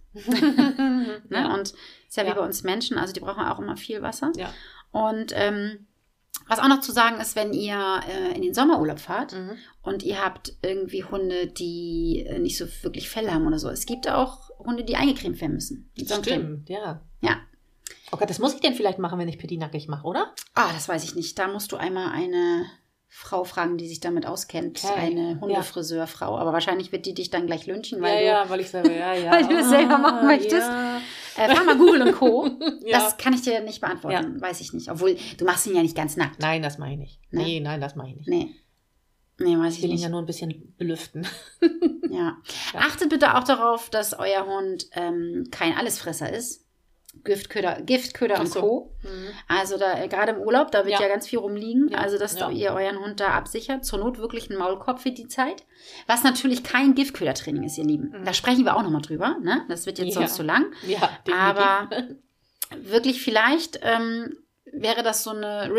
[SPEAKER 1] Ne?
[SPEAKER 2] ja.
[SPEAKER 1] Und ist ja, wie
[SPEAKER 2] Ja.
[SPEAKER 1] bei uns Menschen, also die brauchen auch immer viel Wasser.
[SPEAKER 2] Ja.
[SPEAKER 1] Und ähm, was auch noch zu sagen ist, wenn ihr äh, in den Sommerurlaub fahrt
[SPEAKER 2] Mhm.
[SPEAKER 1] und ihr habt irgendwie Hunde, die äh, nicht so wirklich Fell haben oder so. Es gibt auch Hunde, die eingecremt werden müssen. Mit Sonnencreme.
[SPEAKER 2] Stimmt, ja.
[SPEAKER 1] Ja.
[SPEAKER 2] Oh Gott, das muss ich denn vielleicht machen, wenn ich Pitti nackig mache, oder?
[SPEAKER 1] Ah, das weiß ich nicht. Da musst du einmal eine Frau fragen, die sich damit auskennt.
[SPEAKER 2] Okay.
[SPEAKER 1] Eine Hundefriseurfrau. Aber wahrscheinlich wird die dich dann gleich lynchen, weil
[SPEAKER 2] ja,
[SPEAKER 1] du.
[SPEAKER 2] ja, weil ich selber, ja, ja.
[SPEAKER 1] Weil du das selber machen
[SPEAKER 2] Ah,
[SPEAKER 1] möchtest.
[SPEAKER 2] Ja.
[SPEAKER 1] Äh, fahr mal Google und Co.
[SPEAKER 2] Ja.
[SPEAKER 1] Das kann ich dir nicht beantworten. Weiß ich nicht. Obwohl, du machst ihn ja nicht ganz nackt.
[SPEAKER 2] nein, das mache ich nicht.
[SPEAKER 1] Ne?
[SPEAKER 2] Nee, nein, das mache ich nicht.
[SPEAKER 1] Nee. Nee, weiß
[SPEAKER 2] Ich
[SPEAKER 1] ich
[SPEAKER 2] will ihn
[SPEAKER 1] nicht.
[SPEAKER 2] ja nur ein bisschen belüften.
[SPEAKER 1] Ja.
[SPEAKER 2] Ja.
[SPEAKER 1] Achtet bitte auch darauf, dass euer Hund ähm, kein Allesfresser ist. Giftköder, Giftköder und
[SPEAKER 2] Ach so.
[SPEAKER 1] Co.
[SPEAKER 2] Mhm.
[SPEAKER 1] Also da äh, gerade im Urlaub, da wird ja,
[SPEAKER 2] Ja.
[SPEAKER 1] ganz viel rumliegen.
[SPEAKER 2] Ja,
[SPEAKER 1] Also dass
[SPEAKER 2] ja.
[SPEAKER 1] du ihr euren Hund da absichert. Zur Not wirklich einen Maulkorb für die Zeit. Was natürlich kein Giftködertraining ist, ihr Lieben.
[SPEAKER 2] Mhm.
[SPEAKER 1] Da sprechen wir auch nochmal drüber. Ne? Das wird jetzt
[SPEAKER 2] Ja.
[SPEAKER 1] sonst zu lang.
[SPEAKER 2] Ja, definitiv.
[SPEAKER 1] Aber wirklich vielleicht ähm, wäre das so eine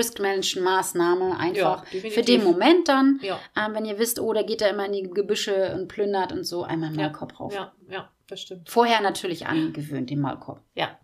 [SPEAKER 1] Risk-Management-Maßnahme einfach
[SPEAKER 2] definitiv.
[SPEAKER 1] für den Moment dann.
[SPEAKER 2] Ja,
[SPEAKER 1] Ähm, wenn ihr wisst, oh, da geht er immer in die Gebüsche und plündert und so, einmal
[SPEAKER 2] Ja,
[SPEAKER 1] Maulkorb rauf.
[SPEAKER 2] ja, ja, das stimmt.
[SPEAKER 1] Vorher natürlich angewöhnt, den Maulkorb.
[SPEAKER 2] Ja.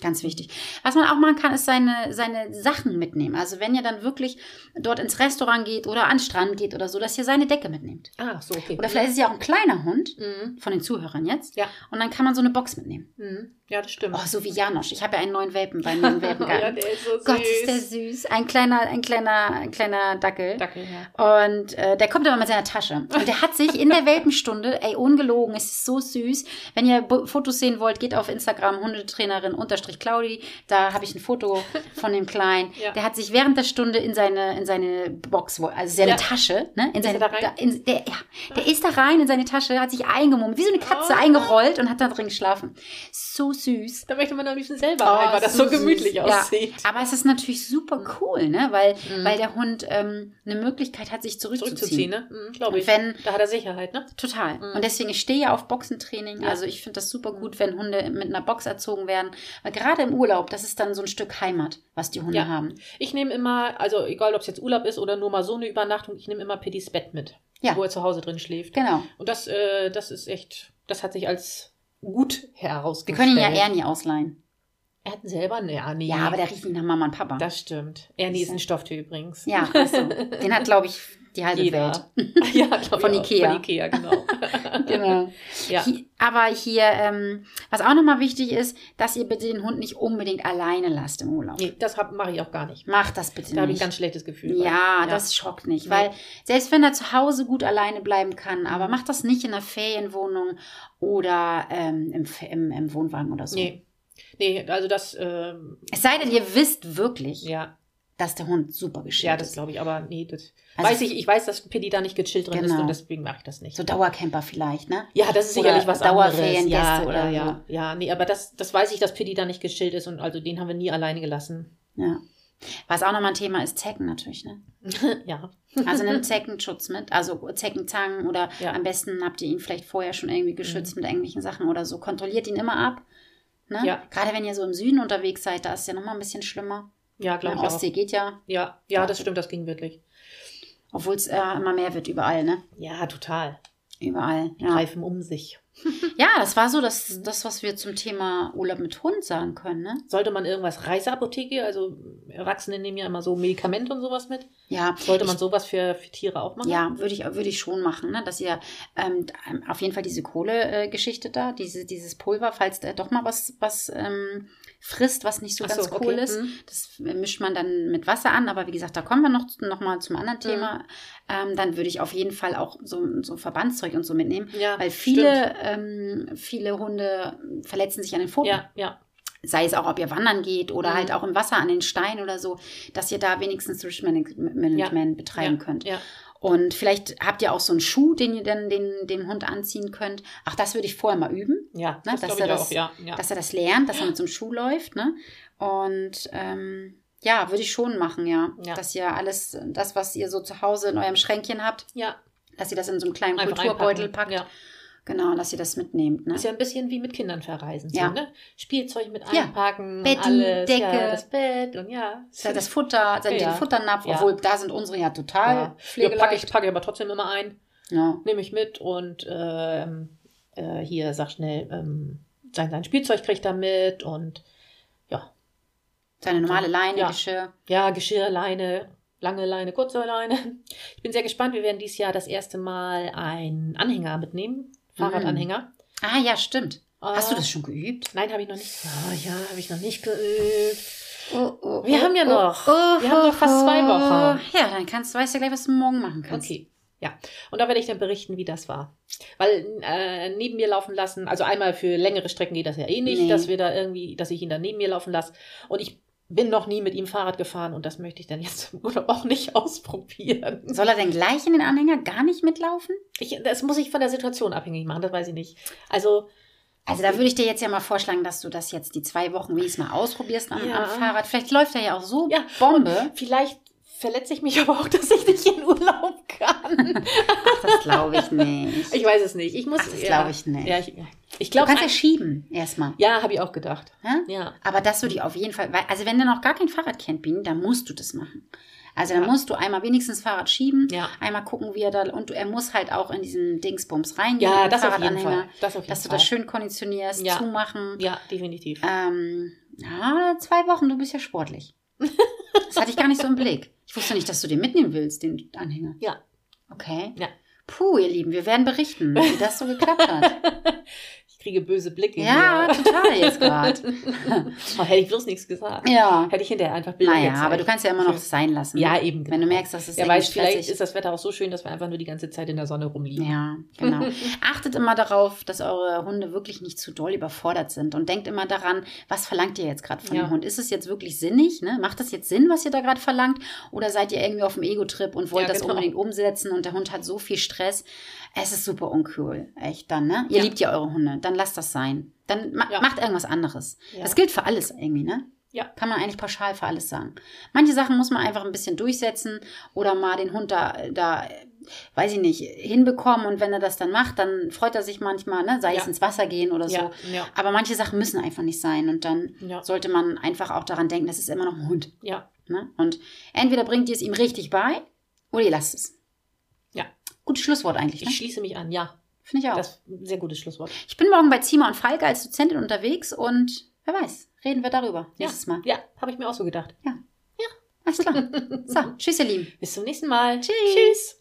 [SPEAKER 1] Ganz wichtig. Was man auch machen kann, ist seine, seine Sachen mitnehmen. Also wenn ihr dann wirklich dort ins Restaurant geht oder an den Strand geht oder so, dass ihr seine Decke mitnehmt.
[SPEAKER 2] Ah, so, okay.
[SPEAKER 1] Oder vielleicht ist es ja auch ein kleiner Hund
[SPEAKER 2] Mhm.
[SPEAKER 1] von den Zuhörern jetzt.
[SPEAKER 2] Ja.
[SPEAKER 1] Und dann kann man so eine Box mitnehmen.
[SPEAKER 2] Mhm. Ja, das stimmt.
[SPEAKER 1] Oh, so wie Janosch. Ich habe ja einen neuen Welpen bei mir im
[SPEAKER 2] ja,
[SPEAKER 1] Welpengarten.
[SPEAKER 2] der ist so süß.
[SPEAKER 1] Gott, ist der süß. Ein kleiner, ein kleiner, ein kleiner Dackel.
[SPEAKER 2] Dackel, ja.
[SPEAKER 1] Und äh, der kommt aber mit seiner Tasche. Und der hat sich in der Welpenstunde, ey, ungelogen, es ist so süß. Wenn ihr Bo- Fotos sehen wollt, geht auf Instagram, Hundetrainerin unterstrich Claudi. Da habe ich ein Foto von dem Kleinen.
[SPEAKER 2] Ja.
[SPEAKER 1] Der hat sich während der Stunde in seine, in seine Box, wo- also seine
[SPEAKER 2] Ja.
[SPEAKER 1] Tasche, ne? In seine,
[SPEAKER 2] er da rein?
[SPEAKER 1] in, der, ja, der ist da rein in seine Tasche, hat sich eingemummelt, wie so eine Katze
[SPEAKER 2] Oh.
[SPEAKER 1] eingerollt und hat da drin geschlafen. So süß.
[SPEAKER 2] Da möchte man am liebsten selber
[SPEAKER 1] Oh,
[SPEAKER 2] rein, weil das
[SPEAKER 1] so
[SPEAKER 2] so gemütlich
[SPEAKER 1] süß. Ja.
[SPEAKER 2] aussieht.
[SPEAKER 1] Aber es ist natürlich super cool, ne? weil,
[SPEAKER 2] Mhm.
[SPEAKER 1] weil der Hund ähm, eine Möglichkeit hat, sich zurückzuziehen.
[SPEAKER 2] Zurückzuziehen, ne? Mhm, Glaube
[SPEAKER 1] Und
[SPEAKER 2] ich.
[SPEAKER 1] wenn,
[SPEAKER 2] Da hat er Sicherheit, ne?
[SPEAKER 1] total.
[SPEAKER 2] Mhm.
[SPEAKER 1] Und deswegen, ich stehe ja auf Boxentraining.
[SPEAKER 2] Ja.
[SPEAKER 1] Also ich finde das super gut, wenn Hunde mit einer Box erzogen werden. Weil gerade im Urlaub, das ist dann so ein Stück Heimat, was die Hunde
[SPEAKER 2] Ja.
[SPEAKER 1] haben.
[SPEAKER 2] Ich nehme immer, also egal, ob es jetzt Urlaub ist oder nur mal so eine Übernachtung, ich nehme immer Pittys Bett mit,
[SPEAKER 1] Ja.
[SPEAKER 2] wo er zu Hause drin schläft.
[SPEAKER 1] Genau.
[SPEAKER 2] Und das, äh, das ist echt, das hat sich als gut
[SPEAKER 1] Wir
[SPEAKER 2] herausgestellt.
[SPEAKER 1] können ihn ja Ernie ausleihen.
[SPEAKER 2] Er hat ihn selber, ne, ja, nee.
[SPEAKER 1] Ja, aber der riecht nicht nach Mama und Papa.
[SPEAKER 2] Das stimmt. Ernie ist
[SPEAKER 1] Ja.
[SPEAKER 2] ein Stofftier übrigens.
[SPEAKER 1] ja, also, den hat, glaube ich, die halbe Welt.
[SPEAKER 2] Jeder. ja, glaub
[SPEAKER 1] Von
[SPEAKER 2] ich auch.
[SPEAKER 1] Ikea.
[SPEAKER 2] Von Ikea, genau.
[SPEAKER 1] Genau.
[SPEAKER 2] ja.
[SPEAKER 1] Hi- aber hier, ähm, was auch nochmal wichtig ist, dass ihr bitte den Hund nicht unbedingt alleine lasst im Urlaub.
[SPEAKER 2] Nee, das hab- mache ich auch gar nicht.
[SPEAKER 1] Macht das bitte
[SPEAKER 2] Da habe ich
[SPEAKER 1] nicht.
[SPEAKER 2] ein ganz schlechtes Gefühl. bei.
[SPEAKER 1] ja, das schockt nicht,
[SPEAKER 2] Nee.
[SPEAKER 1] weil selbst wenn er zu Hause gut alleine bleiben kann, aber macht das nicht in einer Ferienwohnung oder ähm, im, Fe- im, im Wohnwagen oder so.
[SPEAKER 2] Nee. Nee, also das, ähm,
[SPEAKER 1] Es sei denn, ihr wisst wirklich,
[SPEAKER 2] ja.
[SPEAKER 1] dass der Hund super geschickt
[SPEAKER 2] Ja, das
[SPEAKER 1] ist.
[SPEAKER 2] glaube ich, aber nee, das
[SPEAKER 1] Also-
[SPEAKER 2] weiß ich, ich weiß, dass Piddy da nicht gechillt drin ist
[SPEAKER 1] Genau.
[SPEAKER 2] und deswegen mache ich das nicht.
[SPEAKER 1] So Dauercamper vielleicht, ne?
[SPEAKER 2] ja, das ist
[SPEAKER 1] Oder
[SPEAKER 2] sicherlich was anderes.
[SPEAKER 1] Dauerferiengäste
[SPEAKER 2] Ja,
[SPEAKER 1] oder
[SPEAKER 2] ja, ja, ja, nee, aber das, das weiß ich, dass Piddy da nicht gechillt ist und also den haben wir nie alleine gelassen.
[SPEAKER 1] Ja. Was auch nochmal ein Thema ist, Zecken natürlich, ne?
[SPEAKER 2] ja.
[SPEAKER 1] Also nimmt Zeckenschutz mit, also Zeckenzangen oder
[SPEAKER 2] Ja. Mhm.
[SPEAKER 1] am besten habt ihr ihn vielleicht vorher schon irgendwie geschützt mit irgendwelchen Sachen oder so. Kontrolliert ihn immer ab. Ne?
[SPEAKER 2] Ja.
[SPEAKER 1] Gerade wenn ihr so im Süden unterwegs seid, da ist ja nochmal ein bisschen schlimmer.
[SPEAKER 2] Ja,
[SPEAKER 1] In
[SPEAKER 2] glaube
[SPEAKER 1] der
[SPEAKER 2] ich auch.
[SPEAKER 1] Ostsee geht ja,
[SPEAKER 2] Ja, ja, das stimmt, das ging wirklich.
[SPEAKER 1] obwohl es äh, immer mehr wird, überall, ne?
[SPEAKER 2] Ja, total.
[SPEAKER 1] Überall. Ja,
[SPEAKER 2] Greifen um sich.
[SPEAKER 1] ja das war so das, das, was wir zum Thema Urlaub mit Hund sagen können, ne?
[SPEAKER 2] Sollte man irgendwas Reiseapotheke, also Erwachsene nehmen ja immer so Medikamente und sowas mit.
[SPEAKER 1] Ja,
[SPEAKER 2] Sollte man sowas für, für Tiere auch machen?
[SPEAKER 1] Ja, würde ich, würde ich schon machen, ne? dass ihr ähm, d- ähm, auf jeden Fall diese Kohle-Geschichte da, diese, dieses Pulver, falls äh, doch mal was, was ähm, frisst, was nicht so
[SPEAKER 2] Ach
[SPEAKER 1] ganz
[SPEAKER 2] so,
[SPEAKER 1] cool
[SPEAKER 2] okay.
[SPEAKER 1] ist.
[SPEAKER 2] Mhm.
[SPEAKER 1] Das mischt man dann mit Wasser an, aber wie gesagt, da kommen wir noch, noch mal zum anderen
[SPEAKER 2] Mhm.
[SPEAKER 1] Thema. Ähm, dann würde ich auf jeden Fall auch so, so Verbandszeug und so mitnehmen,
[SPEAKER 2] Ja,
[SPEAKER 1] weil
[SPEAKER 2] stimmt.
[SPEAKER 1] viele, ähm, viele Hunde verletzen sich an den Pfoten
[SPEAKER 2] Ja, ja,
[SPEAKER 1] sei es auch, ob ihr wandern geht oder
[SPEAKER 2] Mhm.
[SPEAKER 1] halt auch im Wasser an den Stein oder so, dass ihr da wenigstens Riskmanagement
[SPEAKER 2] Ja.
[SPEAKER 1] betreiben könnt.
[SPEAKER 2] ja.
[SPEAKER 1] Und vielleicht habt ihr auch so einen Schuh, den ihr dann den, dem Hund anziehen könnt. Ach, das würde ich vorher mal üben,
[SPEAKER 2] Ja,
[SPEAKER 1] Na,
[SPEAKER 2] das
[SPEAKER 1] Ne, dass
[SPEAKER 2] glaube ich
[SPEAKER 1] er
[SPEAKER 2] auch.
[SPEAKER 1] das-
[SPEAKER 2] Ja, ja.
[SPEAKER 1] dass er das lernt, dass er mit so einem Schuh läuft. Ne? Und ähm, ja, würde ich schon machen, ja.
[SPEAKER 2] Ja.
[SPEAKER 1] Dass ihr alles, das, was ihr so zu Hause in eurem Schränkchen habt,
[SPEAKER 2] ja.
[SPEAKER 1] dass ihr das in so einem kleinen
[SPEAKER 2] einfach
[SPEAKER 1] Kulturbeutel
[SPEAKER 2] reinpacken.
[SPEAKER 1] packt.
[SPEAKER 2] Ja.
[SPEAKER 1] Genau, dass ihr das mitnehmt. Ne?
[SPEAKER 2] Ist ja ein bisschen wie mit Kindern verreisen.
[SPEAKER 1] Ja.
[SPEAKER 2] So, ne? Spielzeug mit
[SPEAKER 1] Ja.
[SPEAKER 2] einpacken,
[SPEAKER 1] Betten,
[SPEAKER 2] alles.
[SPEAKER 1] Decke.
[SPEAKER 2] Ja, das Bett und ja.
[SPEAKER 1] Das, das Futter, den
[SPEAKER 2] Ja.
[SPEAKER 1] Futternapf,
[SPEAKER 2] Ja.
[SPEAKER 1] obwohl da sind unsere ja total
[SPEAKER 2] ja. ja, packe ich,
[SPEAKER 1] pflegeleicht.
[SPEAKER 2] packe ich aber trotzdem immer ein.
[SPEAKER 1] Ja.
[SPEAKER 2] Nehme ich mit und ähm, äh, hier sag schnell, ähm, sein, sein Spielzeug kriegt er mit und
[SPEAKER 1] Seine normale Leine,
[SPEAKER 2] Ja.
[SPEAKER 1] Geschirr.
[SPEAKER 2] ja, Geschirr, Leine, lange Leine, kurze Leine. Ich bin sehr gespannt. Wir werden dieses Jahr das erste Mal einen Anhänger mitnehmen. Fahrradanhänger.
[SPEAKER 1] Ah ja, stimmt. Mm. Hast du
[SPEAKER 2] Äh,
[SPEAKER 1] das schon geübt?
[SPEAKER 2] Nein, habe ich noch nicht. Oh, ja, habe ich noch nicht geübt. oh,
[SPEAKER 1] Wir haben ja noch. wir haben noch fast zwei Wochen. Ja, dann kannst, weißt du ja gleich, was du morgen machen kannst.
[SPEAKER 2] Okay. Ja, und da werde ich dann berichten, wie das war. Weil äh, neben mir laufen lassen, also einmal für längere Strecken geht das ja eh nicht,
[SPEAKER 1] Nee.
[SPEAKER 2] dass wir da irgendwie, dass ich ihn dann neben mir laufen lasse. Und ich bin noch nie mit ihm Fahrrad gefahren und das möchte ich dann jetzt im Urlaub auch nicht ausprobieren.
[SPEAKER 1] Soll er denn gleich in den Anhänger gar nicht mitlaufen?
[SPEAKER 2] Ich, das muss ich von der Situation abhängig machen, das weiß ich nicht. Also,
[SPEAKER 1] Also da würde ich dir jetzt ja mal vorschlagen, dass du das jetzt die zwei Wochen wenigstens mal ausprobierst am,
[SPEAKER 2] Ja.
[SPEAKER 1] am Fahrrad. Vielleicht läuft er ja auch so
[SPEAKER 2] Ja.
[SPEAKER 1] Bombe.
[SPEAKER 2] vielleicht verletze ich mich aber auch, dass ich nicht in Urlaub kann.
[SPEAKER 1] Ach, das glaube ich nicht.
[SPEAKER 2] Ich weiß es nicht. Ich muss.
[SPEAKER 1] Ach, das glaube ich nicht.
[SPEAKER 2] Ja, ich, ich
[SPEAKER 1] du
[SPEAKER 2] glaube.
[SPEAKER 1] kannst ja schieben erstmal.
[SPEAKER 2] Ja, habe ich auch gedacht.
[SPEAKER 1] Ja?
[SPEAKER 2] Ja.
[SPEAKER 1] Aber das würde ich auf jeden Fall, weil, also wenn du noch gar kein Fahrrad kennt, Bienen, dann musst du das machen. Also dann
[SPEAKER 2] Ja.
[SPEAKER 1] musst du einmal wenigstens Fahrrad schieben,
[SPEAKER 2] Ja.
[SPEAKER 1] einmal gucken, wie er da, und er muss halt auch in diesen Dingsbums reingehen, in
[SPEAKER 2] Ja,
[SPEAKER 1] den
[SPEAKER 2] das auf jeden
[SPEAKER 1] Fahrradanhänger,
[SPEAKER 2] Fall. Das auf jeden
[SPEAKER 1] dass du
[SPEAKER 2] Fall.
[SPEAKER 1] das schön konditionierst,
[SPEAKER 2] Ja.
[SPEAKER 1] zumachen.
[SPEAKER 2] Ja, definitiv.
[SPEAKER 1] Ähm, ja, zwei Wochen, du bist ja sportlich. Das hatte ich gar nicht so im Blick. Ich wusste nicht, dass du den mitnehmen willst, den Anhänger.
[SPEAKER 2] Ja.
[SPEAKER 1] Okay.
[SPEAKER 2] Ja.
[SPEAKER 1] Puh, ihr Lieben, wir werden berichten, wie das so geklappt hat.
[SPEAKER 2] Ich kriege böse Blicke.
[SPEAKER 1] ja,
[SPEAKER 2] hier.
[SPEAKER 1] total jetzt gerade.
[SPEAKER 2] oh, hätte ich bloß nichts gesagt.
[SPEAKER 1] Ja.
[SPEAKER 2] Hätte ich hinterher einfach Bilder
[SPEAKER 1] Naja,
[SPEAKER 2] gezeigt.
[SPEAKER 1] aber du kannst ja immer noch sein lassen. ne?
[SPEAKER 2] Ja, eben.
[SPEAKER 1] Wenn du merkst, dass es
[SPEAKER 2] Wer
[SPEAKER 1] irgendwie
[SPEAKER 2] weiß, Genau. vielleicht
[SPEAKER 1] stressig-
[SPEAKER 2] ist das Wetter auch so schön, dass wir einfach nur die ganze Zeit in der Sonne rumliegen.
[SPEAKER 1] Ja, genau. Achtet immer darauf, dass eure Hunde wirklich nicht zu doll überfordert sind und denkt immer daran, was verlangt ihr jetzt gerade von
[SPEAKER 2] Ja.
[SPEAKER 1] dem Hund? Ist es jetzt wirklich sinnig? Ne? Macht das jetzt Sinn, was ihr da gerade verlangt? Oder seid ihr irgendwie auf dem Ego-Trip und wollt
[SPEAKER 2] Ja,
[SPEAKER 1] das
[SPEAKER 2] genau.
[SPEAKER 1] unbedingt umsetzen und der Hund hat so viel Stress? Es ist super uncool. Echt dann, ne? Ihr
[SPEAKER 2] Ja.
[SPEAKER 1] liebt ja eure Hunde, dann lasst das sein. Dann ma
[SPEAKER 2] Ja.
[SPEAKER 1] macht irgendwas anderes.
[SPEAKER 2] Ja.
[SPEAKER 1] Das gilt für alles irgendwie, ne?
[SPEAKER 2] Ja.
[SPEAKER 1] Kann man eigentlich pauschal für alles sagen. Manche Sachen muss man einfach ein bisschen durchsetzen oder mal den Hund da, da weiß ich nicht, hinbekommen und wenn er das dann macht, dann freut er sich manchmal, ne? sei
[SPEAKER 2] Ja.
[SPEAKER 1] es ins Wasser gehen oder
[SPEAKER 2] ja,
[SPEAKER 1] so.
[SPEAKER 2] ja,
[SPEAKER 1] Aber manche Sachen müssen einfach nicht sein und dann
[SPEAKER 2] ja,
[SPEAKER 1] sollte man einfach auch daran denken, das ist immer noch ein Hund.
[SPEAKER 2] ja.
[SPEAKER 1] Ne? Und entweder bringt ihr es ihm richtig bei oder ihr lasst es.
[SPEAKER 2] Ja.
[SPEAKER 1] Gutes Schlusswort eigentlich. Ne?
[SPEAKER 2] Ich schließe mich an, ja.
[SPEAKER 1] Finde ich auch.
[SPEAKER 2] Das ist ein sehr gutes Schlusswort.
[SPEAKER 1] Ich bin morgen bei Zima und Falke als Dozentin unterwegs und wer weiß, reden wir darüber nächstes Mal.
[SPEAKER 2] Ja, habe ich mir auch so gedacht.
[SPEAKER 1] Ah, Alles klar. so, tschüss ihr Lieben.
[SPEAKER 2] Bis zum nächsten Mal.
[SPEAKER 1] Tschüss.
[SPEAKER 2] Tschüss.